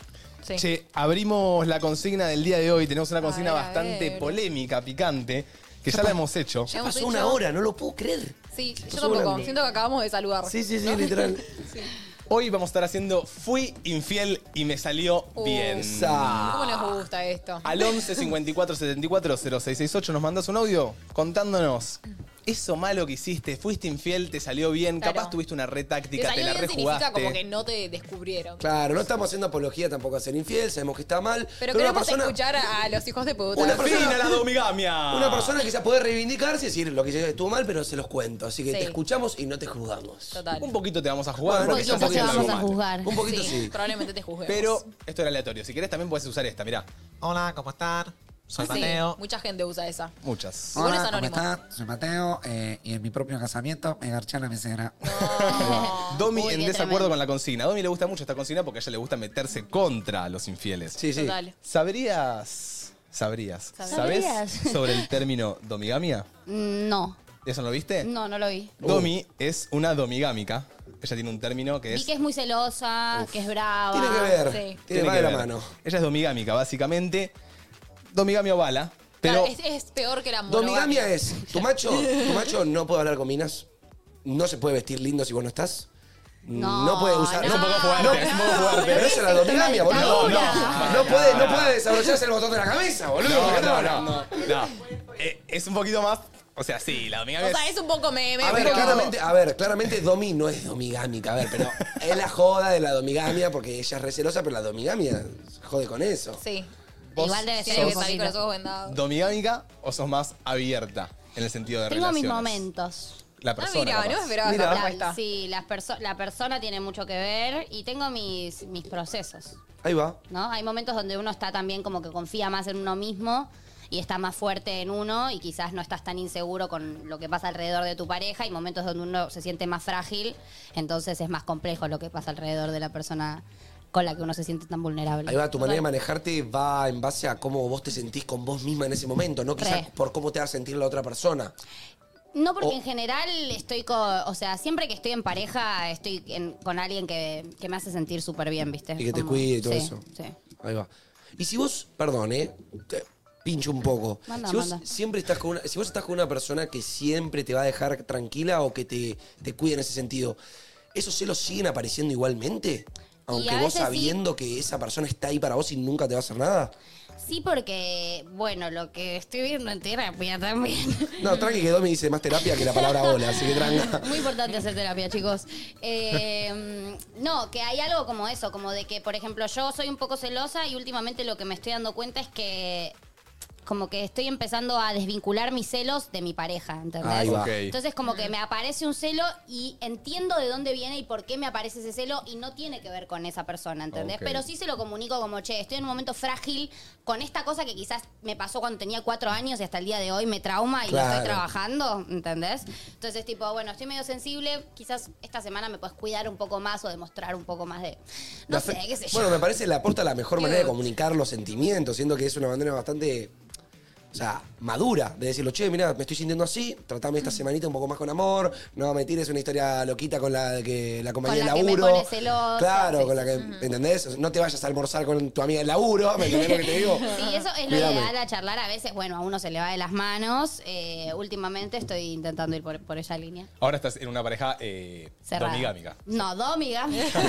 A: Che, abrimos la consigna del día de hoy. Tenemos una consigna
B: ver, a
A: bastante
B: ver.
A: polémica, picante, que ya la hemos hecho.
B: Ya pasó una hora,
D: no lo puedo creer.
B: Sí, yo
A: Pasó
B: tampoco.
A: volando.
B: Siento que acabamos de saludar. ¿no?
A: Hoy vamos a estar haciendo Fui infiel y me salió
B: Uh,
A: bien.
D: Ah.
B: ¿Cómo nos gusta esto?
A: Al 11 54 74 0668 nos mandas un audio contándonos eso malo que hiciste, fuiste infiel, te salió bien,
B: Claro.
A: capaz tuviste una re
B: Te
A: táctica, te
B: salió
A: la
B: bien significa
A: rejugaste.
B: como que no te descubrieron.
D: Claro, no estamos haciendo apología tampoco a ser infiel, sabemos que está mal.
B: Pero,
D: una
B: queremos
D: persona,
B: escuchar a, a los hijos de puta.
D: Una persona-
A: ¡Fin a la domigamia!
D: una persona quizás puede reivindicarse y decir lo que hice estuvo mal, pero se los cuento. Así que
B: Sí.
D: te escuchamos y no te juzgamos.
B: Total.
A: Un poquito te vamos a jugar,
D: Bueno,
A: porque
D: un poquito
A: ya
D: te
A: sabemos
D: vamos a
A: que
C: juzgar.
A: Un poquito
B: Sí,
A: sí.
B: Probablemente te juzguemos.
A: Pero esto era aleatorio. Si querés también puedes usar esta, mirá.
K: Hola, ¿cómo están? Soy
B: Sí,
K: Mateo.
B: mucha gente usa esa.
A: Ah, Muchas.
B: Igual es
K: Hola, ¿cómo
B: anónimo.
K: están? Soy Mateo eh, y en mi propio casamiento me garché a la mesera.
B: Ah,
A: Domi
K: Uy,
A: en
K: qué
A: desacuerdo
K: tremendo.
A: con la consigna. A Domi le gusta mucho esta consigna porque a ella le gusta meterse contra los infieles. Sí,
B: sí. Total.
A: ¿Sabrías, sabrías,
C: Sabrías.
A: ¿sabes sobre el término domigamia?
C: Mm, No.
A: ¿Eso no lo viste?
C: No, no lo vi.
A: Domi es una domigámica. Ella tiene un término que
C: Vi
A: es...
C: que es muy celosa, que es brava. Ah, Sí.
A: Tiene
D: va
A: que
D: de la
A: ver.
D: mano.
A: Ella es domigámica, básicamente. Domigamia bala, pero...
B: Claro, es, es peor que la monogamia.
D: Domigamia es, tu macho, tu macho no puede hablar con minas, no se puede vestir lindo si vos no estás. No, puede usar.
A: Es un poco fuerte, es un poco fuerte.
D: Pero eso es la domigamia, boludo. No, no, puede, no puede desabrocharse el botón de la camisa, boludo.
A: No,
D: ¿Qué
A: no,
D: tal?
A: no. no. Eh, es un poquito más... O sea, sí, la domigamia
B: O sea,
A: es-
B: es un poco meme,
D: A ver,
B: pero...
D: claramente, a ver, claramente Domi no es domigámica, a ver, pero es la joda de la domigamia porque ella es recelosa, pero la domigamia jode con eso.
B: Sí.
A: Vos
B: Igual debe
A: sos-
B: ser que salir con los ojos vendados.
A: ¿Domigámica o sos más abierta en el sentido de
C: Tengo mis
A: relaciones?
C: momentos.
A: La persona.
B: Ah, mira,
A: capaz.
B: no esperaba esa
A: Mira.
B: respuesta.
C: La- sí, las perso- la persona tiene mucho que ver y tengo mis, mis procesos,
D: Ahí va.
C: ¿no? Hay momentos donde uno está también como que confía más en uno mismo y está más fuerte en uno y quizás no estás tan inseguro con lo que pasa alrededor de tu pareja. Hay momentos donde uno se siente más frágil, entonces es más complejo lo que pasa alrededor de la persona con la que uno se siente tan vulnerable.
D: Ahí va, tu manera de manejarte va en base a cómo vos te sentís con vos misma en ese momento, no quizás
C: Re.
D: por cómo te va a sentir la otra persona.
C: No, porque
D: O-
C: en general estoy con. O sea, siempre que estoy en pareja, estoy en- con alguien que, que me hace sentir súper bien, ¿viste?
D: Y que te
C: Como-
D: cuide y todo
C: sí,
D: eso.
C: Sí.
D: Ahí va. Y si vos, perdón, eh, te pincho un poco.
C: Manda,
D: si vos
C: manda.
D: siempre estás con una, si vos estás con una persona que siempre te va a dejar tranquila o que te, te cuida en ese sentido, ¿esos celos siguen apareciendo igualmente? Aunque
C: a
D: vos
C: veces sí.
D: sabiendo que esa persona está ahí para vos y nunca te va a hacer nada.
C: Sí, porque, bueno, lo que estoy viendo en terapia también.
D: No, tranqui que Domi dice más terapia que la palabra hola, así que tranca.
C: Muy importante hacer terapia, chicos. Eh, no, que hay algo como eso, como de que, por ejemplo, yo soy un poco celosa y últimamente lo que me estoy dando cuenta es que como que estoy empezando a desvincular mis celos de mi pareja, ¿entendés?
D: Ahí va. Ok.
C: Entonces como que me aparece un celo y entiendo de dónde viene y por qué me aparece ese celo y no tiene que ver con esa persona, ¿entendés?
B: Ok.
C: Pero sí se lo comunico como, che, estoy en un momento frágil con esta cosa que quizás me pasó cuando tenía cuatro años y hasta el día de hoy me trauma y lo
B: Claro.
C: estoy trabajando, ¿entendés? Entonces, tipo, bueno, estoy medio sensible, quizás esta semana me puedes cuidar un poco más o demostrar un poco más de... No
D: La
C: sé,
D: fe-
C: qué sé yo.
D: Bueno, me parece la aporta la mejor manera de comunicar los sentimientos, siendo que es una manera bastante, o sea, madura de decirlo, che, mira, me estoy sintiendo así, tratame
C: Mm.
D: esta semanita un poco más con amor, no me tires una historia loquita con la de que la compañía
C: Con la
D: de
C: que me
D: laburo.
C: pone celosa,
D: claro,
C: sí, Mm.
D: con la que, ¿entendés? O sea, no te vayas a almorzar con tu amiga de laburo, ¿me entendés lo que te digo?
C: Sí, eso es lo
D: Mírame.
C: ideal a charlar. A veces, bueno, a uno se le va de las manos. Eh, últimamente estoy intentando ir por, por esa línea.
A: Ahora estás en una pareja eh,
C: Cerrada.
A: domigámica.
C: No, domigámica.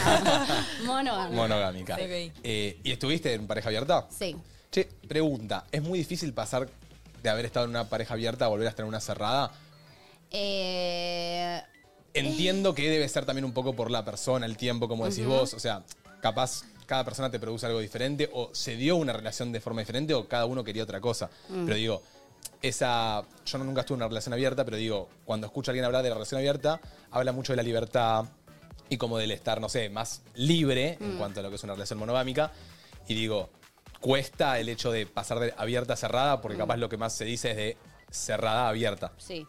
C: Monogámica.
A: Monogámica.
C: Sí,
A: Eh, ¿Y estuviste en pareja abierta?
C: Sí.
A: Che, pregunta, ¿es muy difícil pasar de haber estado en una pareja abierta a volver a estar en una cerrada?
C: Eh,
A: Entiendo que debe ser también un poco por la persona, el tiempo, como decís
C: Ujú.
A: vos. O sea, capaz cada persona te produce algo diferente o se dio una relación de forma diferente o cada uno quería otra cosa.
L: Mm.
A: Pero digo, esa. Yo nunca estuve en una relación abierta, pero digo, cuando escucho a alguien hablar de la relación abierta, habla mucho de la libertad y como del estar, no sé, más libre en
L: Mm.
A: cuanto a lo que es una relación monogámica. Y digo, cuesta el hecho de pasar de abierta a cerrada, porque capaz lo que más se dice es de cerrada a abierta.
C: Sí.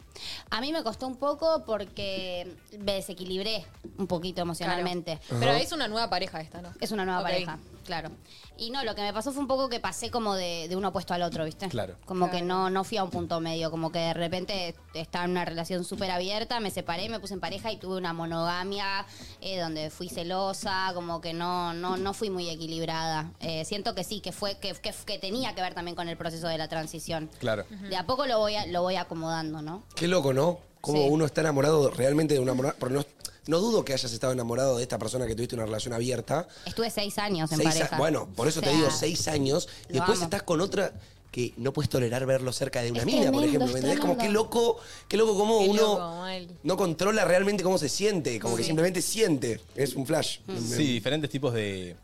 C: A mí me costó un poco porque me desequilibré un poquito emocionalmente.
A: Claro. Pero Ajá. es
C: una nueva pareja esta, ¿no? Es una nueva
B: Ok.
C: pareja, claro. Y no, lo que me pasó fue un poco que pasé como de, de uno opuesto al otro, ¿viste?
A: Claro.
C: Como que no, no fui a un punto medio, como que de repente estaba en una relación súper abierta, me separé, me puse en pareja y tuve una monogamia eh, donde fui celosa, como que no, no, no fui muy equilibrada. Eh, siento que sí, que fue, que, que, que tenía que ver también con el proceso de la transición.
D: Claro.
C: De a poco lo voy, a- lo voy acomodando, ¿no?
D: Qué loco, ¿no? Cómo
C: Sí.
D: uno está enamorado realmente de una morada. No, no dudo que hayas estado enamorado de esta persona que tuviste una relación abierta.
C: Estuve seis años en
D: Seis a-
C: pareja.
D: bueno, por eso
C: O sea,
D: te digo, seis años. Y
C: lo
D: después
C: amo.
D: estás con otra que no puedes tolerar verlo cerca de una
C: Es
D: mina, por
C: tremendo,
D: ejemplo.
C: es
D: ¿me entendés? Como qué
C: tremendo.
D: loco, qué loco cómo
B: Qué
D: uno
B: loco, mal.
D: no controla realmente cómo se siente. Como que
B: Sí.
D: simplemente siente. Es un flash.
C: Mm.
A: Sí, diferentes tipos de.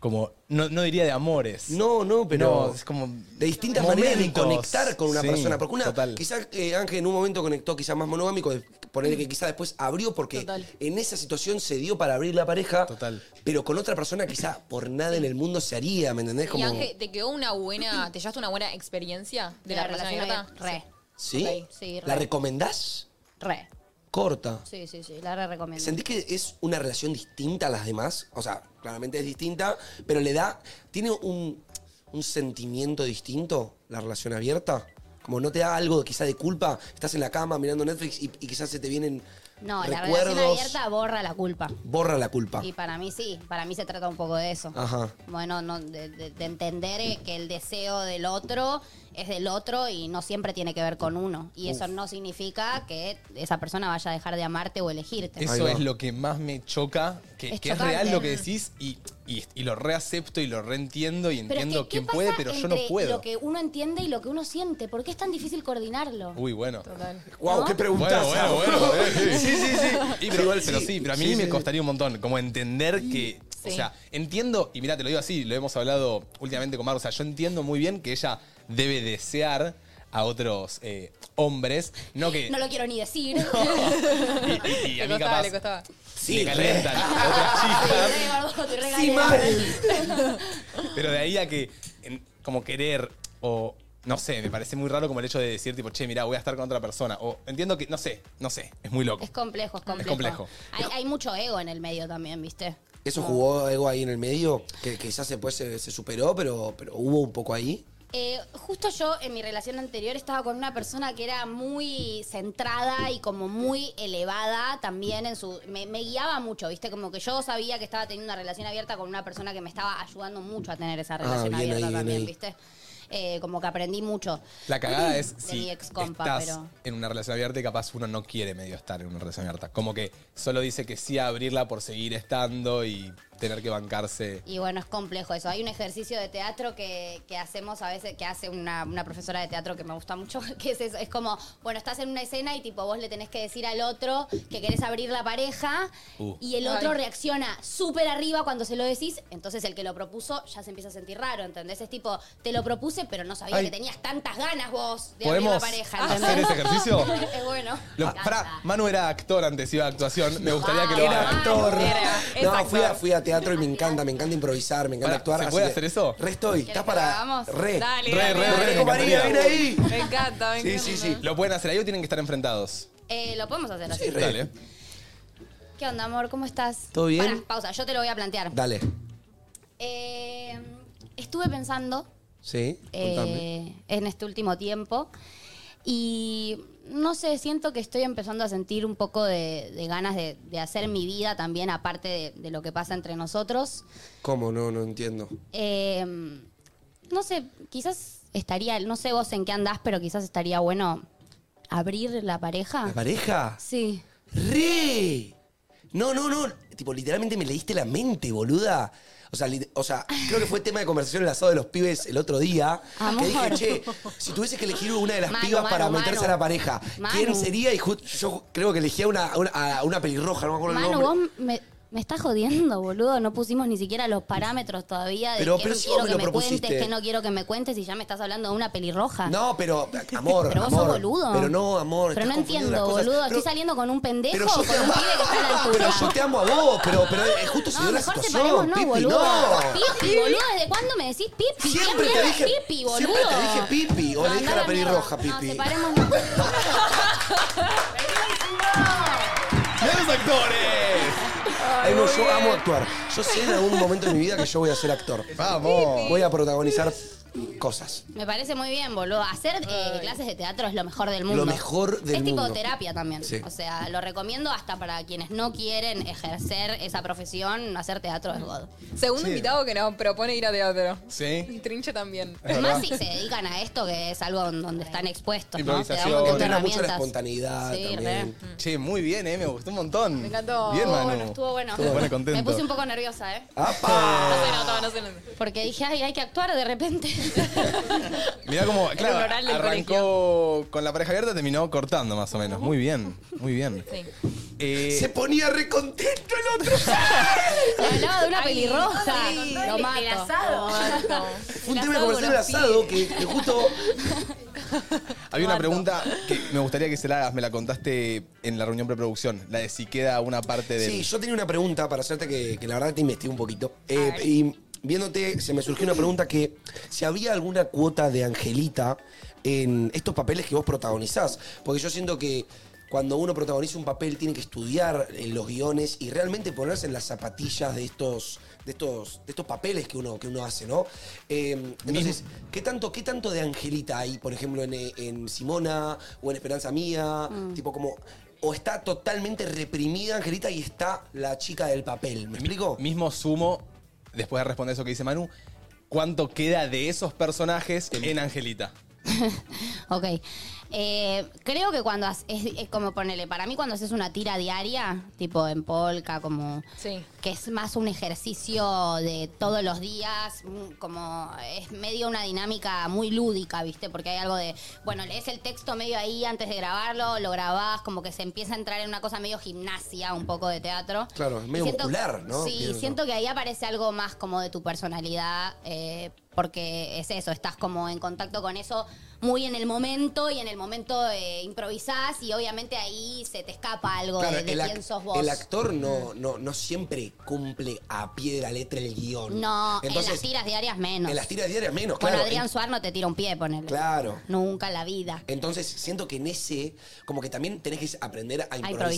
A: Como, no, no diría de amores.
D: No, no, pero.
A: No, es como.
D: De distintas maneras de
A: momentos.
D: conectar con una
A: Sí,
D: persona. Porque una,
A: total.
D: quizás eh, Ángel en un momento conectó quizás más monogámico, de- ponerle que quizás después abrió porque en esa situación se dio para abrir la pareja. Total. Pero con otra persona quizás por nada en el mundo se haría, ¿me entendés?
B: Y
D: Como,
B: Ángel, ¿te quedó una buena, te llevaste una buena experiencia de, la, relación abierta?
C: Re.
D: ¿Sí?
C: Ok, sí, re.
D: ¿La recomendás?
C: Re.
D: Corta.
C: Sí, sí, sí, la re recomiendo.
D: ¿Sentís que es una relación distinta a las demás? O sea, claramente es distinta, pero le da. ¿Tiene un, un sentimiento distinto la relación abierta? Como no te da algo quizá de culpa, estás en la cama mirando Netflix y, y quizás se te vienen
C: No, la
D: recuerdos.
C: relación abierta borra la culpa.
D: Borra la
A: Ah.
D: culpa.
C: Y para mí sí, para mí se trata un poco de eso.
D: Ajá.
C: Bueno, no, de, de- de entender eh, que el deseo del otro es del otro y no siempre tiene que ver con uno. Y eso
A: Uf.
C: no significa que esa persona vaya a dejar de amarte o elegirte.
A: Eso es lo que más me choca, que que
C: Es
A: es,
C: chocante.
A: real lo que decís y, y- y lo reacepto y lo reentiendo y
I: Pero es que,
A: entiendo
I: ¿qué
A: quién
I: pasa
A: puede, pero yo no
I: entre
A: puedo.
I: Lo que uno entiende y lo que uno siente. ¿Por qué es tan difícil coordinarlo?
A: Uy, bueno.
D: Wow, qué preguntaza.
A: Bueno, bueno, bueno, eh, sí. sí, sí, sí. Y pero,
D: igual
A: pero sí, pero a mí
D: Sí,
A: me
D: sí. Mm,
A: costaría un montón, como entender que. O
D: Sí.
A: sea, entiendo, y mira, te lo digo así, lo hemos hablado últimamente con Mar, o sea, yo entiendo muy bien que ella debe desear a otros eh, hombres, no que.
I: No lo quiero ni decir.
A: y, y a mí capaz.
I: costaba.
A: Sí, calentan otras chicas. Pero de ahí a que, en- como querer, o no sé, me parece muy raro como el hecho de decir, tipo, che, mira, voy a estar con otra persona. O entiendo que, no sé, no sé, es muy loco.
C: Es complejo, es complejo.
A: complejo.
C: Hay, hay mucho ego en el medio también, ¿viste?
D: Eso jugó algo ahí en el medio, que quizás después se, se superó, pero, pero hubo un poco ahí.
C: Eh, justo yo en mi relación anterior estaba con una persona que era muy centrada y como muy elevada también en su... Me, me guiaba mucho, ¿viste? Como que yo sabía que estaba teniendo una relación abierta con una persona que me estaba ayudando mucho a tener esa
A: Ah,
C: relación
A: bien
C: abierta
A: ahí, bien
C: también,
A: ahí.
C: ¿viste? Eh, como que aprendí mucho.
A: La cagada es
C: De
A: si
C: mi ex compa,
A: estás
C: pero-
A: en una relación abierta y capaz uno no quiere medio estar en una relación abierta. Como que solo dice que sí a abrirla por seguir estando y tener que bancarse.
C: Y bueno, es complejo eso. Hay un ejercicio de teatro que, que hacemos a veces, que hace una, una profesora de teatro que me gusta mucho, que es eso. Es como, bueno, estás en una escena y tipo vos le tenés que decir al otro que querés abrir la pareja
L: Uh.
C: y el otro
L: Ay.
C: reacciona súper arriba cuando se lo decís. Entonces el que lo propuso ya se empieza a sentir raro, ¿entendés? Es tipo, te lo propuse, pero no sabía
A: Ay.
C: que tenías tantas ganas vos de abrir la
A: ¿Podemos
C: pareja.
A: hacer
C: ¿entendés?
A: ese ejercicio?
C: es bueno.
A: Lo- pará, Manu era actor antes, iba a actuación. Me gustaría que lo
C: Ah,
D: Era
A: haga.
D: actor.
A: es
D: No, fui a, fui a teatro y me encanta, me encanta improvisar, me encanta actuar.
A: ¿se
D: así
A: puede
D: que
A: hacer eso?
D: Re estoy, estás para.
B: probamos?
A: Eh,
D: Re,
B: Dale,
D: re,
B: dale,
D: re,
B: dale.
D: re, como María,
A: encantaría.
D: ven ahí.
B: Me encanta, me encanta.
A: ¿Lo pueden hacer ahí o tienen que estar enfrentados?
C: Eh, lo podemos hacer así.
A: Dale.
C: ¿Qué onda, amor? ¿Cómo estás?
A: ¿Todo bien?
C: Pará, pausa, yo te lo voy a plantear.
D: Dale.
C: Eh, estuve pensando
D: Sí,
C: eh,
D: contame.
C: en este último tiempo y no sé, siento que estoy empezando a sentir un poco de, de ganas de, de hacer mi vida también, aparte de, de lo que pasa entre nosotros.
D: ¿Cómo? No, no entiendo.
C: Eh, no sé, quizás estaría, no sé vos en qué andás, pero quizás estaría bueno abrir la pareja.
D: ¿La pareja?
C: Sí.
D: ¡Re! No, no, no. Tipo, literalmente me leíste la mente, boluda. O sea, lit- o sea, creo que fue tema de conversación en el asado de los pibes el otro día. Que dije,
C: Amor.
D: che, si tuviese que elegir una de las
C: Manu,
D: pibas para
C: Manu,
D: meterse
C: Manu.
D: a la pareja, ¿quién
C: Manu.
D: sería? Y ju- yo creo que elegía una, una, a una pelirroja, no me acuerdo
C: Manu,
D: el nombre.
C: vos me, me estás jodiendo, boludo. No pusimos ni siquiera los parámetros todavía de
D: Pero-
C: qué
D: pero
C: no
D: si
C: quiero
D: vos me
C: que
D: lo
C: me
D: propusiste.
C: cuentes, qué no quiero que me cuentes y ya me estás hablando de una pelirroja.
D: No, pero, amor,
C: Ah. Pero vos sos
D: amor.
C: boludo.
D: Pero no, amor.
C: Pero no
D: estás confundiendo
C: entiendo,
D: las cosas.
C: boludo.
D: Pero-
C: Estoy saliendo con un pendejo
D: pero
C: o
D: yo
C: con
D: te
C: un
D: amo.
C: pibe que está a la altura.
D: Pero yo te amo a vos, pero, pero eh, justo se
C: No,
D: dio la
C: mejor
D: situación,
C: separemos, no,
D: Pipi,
C: boludo.
D: no.
C: Pipi, boludo, ¿desde cuándo me decís pipi?
D: Siempre
C: ¿Qué
D: te
C: mierda
D: dije,
C: es pipi, boludo?
D: siempre te dije pipi, o
C: No,
D: le dije
C: andá
D: a
C: a
D: la
C: la
D: pelirroja
C: mierda. No,
D: pipi.
C: separemos.
A: los actores!
D: Ay, no, yo amo actuar. Yo sé en algún momento de mi vida que yo voy a ser actor.
A: Vamos.
D: Voy a protagonizar cosas.
C: Me parece muy bien, boludo. Hacer eh, clases de teatro es lo mejor del
D: Lo
C: mundo.
D: mejor del
C: Es
D: mundo.
C: tipo terapia también.
D: Sí.
C: O sea, lo recomiendo hasta para quienes no quieren ejercer esa profesión, hacer teatro es god.
B: Segundo
C: Sí.
B: invitado que nos propone ir a teatro.
A: Sí.
B: Y Trinche también.
C: Es más si se dedican a esto, que es algo en donde están expuestos, ¿no? Te da un
A: Improvisación.
C: montón de
A: Entrena mucho la
C: herramientas.
A: espontaneidad
C: Sí, re.
A: Che, muy bien, eh, me gustó un montón.
C: Me encantó.
A: Bien,
C: Estuvo
A: Manu.
C: bueno, estuvo bueno.
A: Estuvo bueno,
C: Me
A: contento.
C: puse un poco nerviosa, ¿eh?
A: ¡Apa!
C: Porque dije, ay, hay que actuar de repente.
A: Mirá cómo,
C: El
A: claro,
C: oral del
A: arrancó con la pareja abierta, terminó cortando más o menos. Muy bien, muy bien.
K: Eh,
F: Eh.
D: Se ponía recontento el otro.
C: Hablaba de una
E: Ay,
C: pelirroja.
E: sí.
C: Lo
E: Del
C: mato.
E: asado.
C: Lo mato.
D: Fue un tema de
C: asado con
D: conversación del
C: los
D: asado que, que justo.
A: Había una pregunta que me gustaría que se la hagas, me la contaste en la reunión preproducción, la de si queda una parte de.
D: Sí, yo tenía una pregunta para hacerte que, que la verdad te investigué un poquito. Eh, y viéndote, se me surgió una pregunta que si había alguna cuota de Angelita en estos papeles que vos protagonizás. Porque yo siento que cuando uno protagoniza un papel tiene que estudiar eh, los guiones y realmente ponerse en las zapatillas de estos, de estos, de estos papeles que uno, que uno hace, ¿no? Eh, entonces, ¿qué tanto, ¿qué tanto de Angelita hay, por ejemplo, en, eh, en Simona o en Esperanza Mía?
A: Mm.
D: Tipo como. O está totalmente reprimida Angelita y está la chica del papel. ¿Me explico?
A: Mismo sumo, después de responder eso que dice Manu, ¿cuánto queda de esos personajes en Angelita?
C: Ok. Eh, creo que cuando has- es, es como ponerle, para mí cuando haces una tira diaria, tipo en polka, como
B: Sí.
C: que es más un ejercicio de todos los días, mm, como es medio una dinámica muy lúdica, ¿viste? Porque hay algo de, bueno, lees el texto medio ahí antes de grabarlo, lo grabás, como que se empieza a entrar en una cosa medio gimnasia, un poco de teatro.
D: Claro, es medio
C: Y siento-
D: muscular, ¿no?
C: Sí,
D: Pienso.
C: siento que ahí aparece algo más como de tu personalidad, eh, porque es eso, estás como en contacto con eso muy en el momento y en el momento eh, improvisás y obviamente ahí se te escapa algo
D: Claro,
C: de, de
D: el, ac-
C: quién sos vos.
D: el actor no, no, no siempre cumple a pie de la letra el guión.
C: No, en
D: Entonces,
C: las tiras diarias menos.
D: en las tiras diarias menos,
C: Bueno,
D: claro.
C: Adrián
D: En-
C: Suar no te tira un pie, ponele.
D: Claro.
C: Nunca en la vida.
D: Entonces siento que en ese, como que también tenés que aprender a improvisar,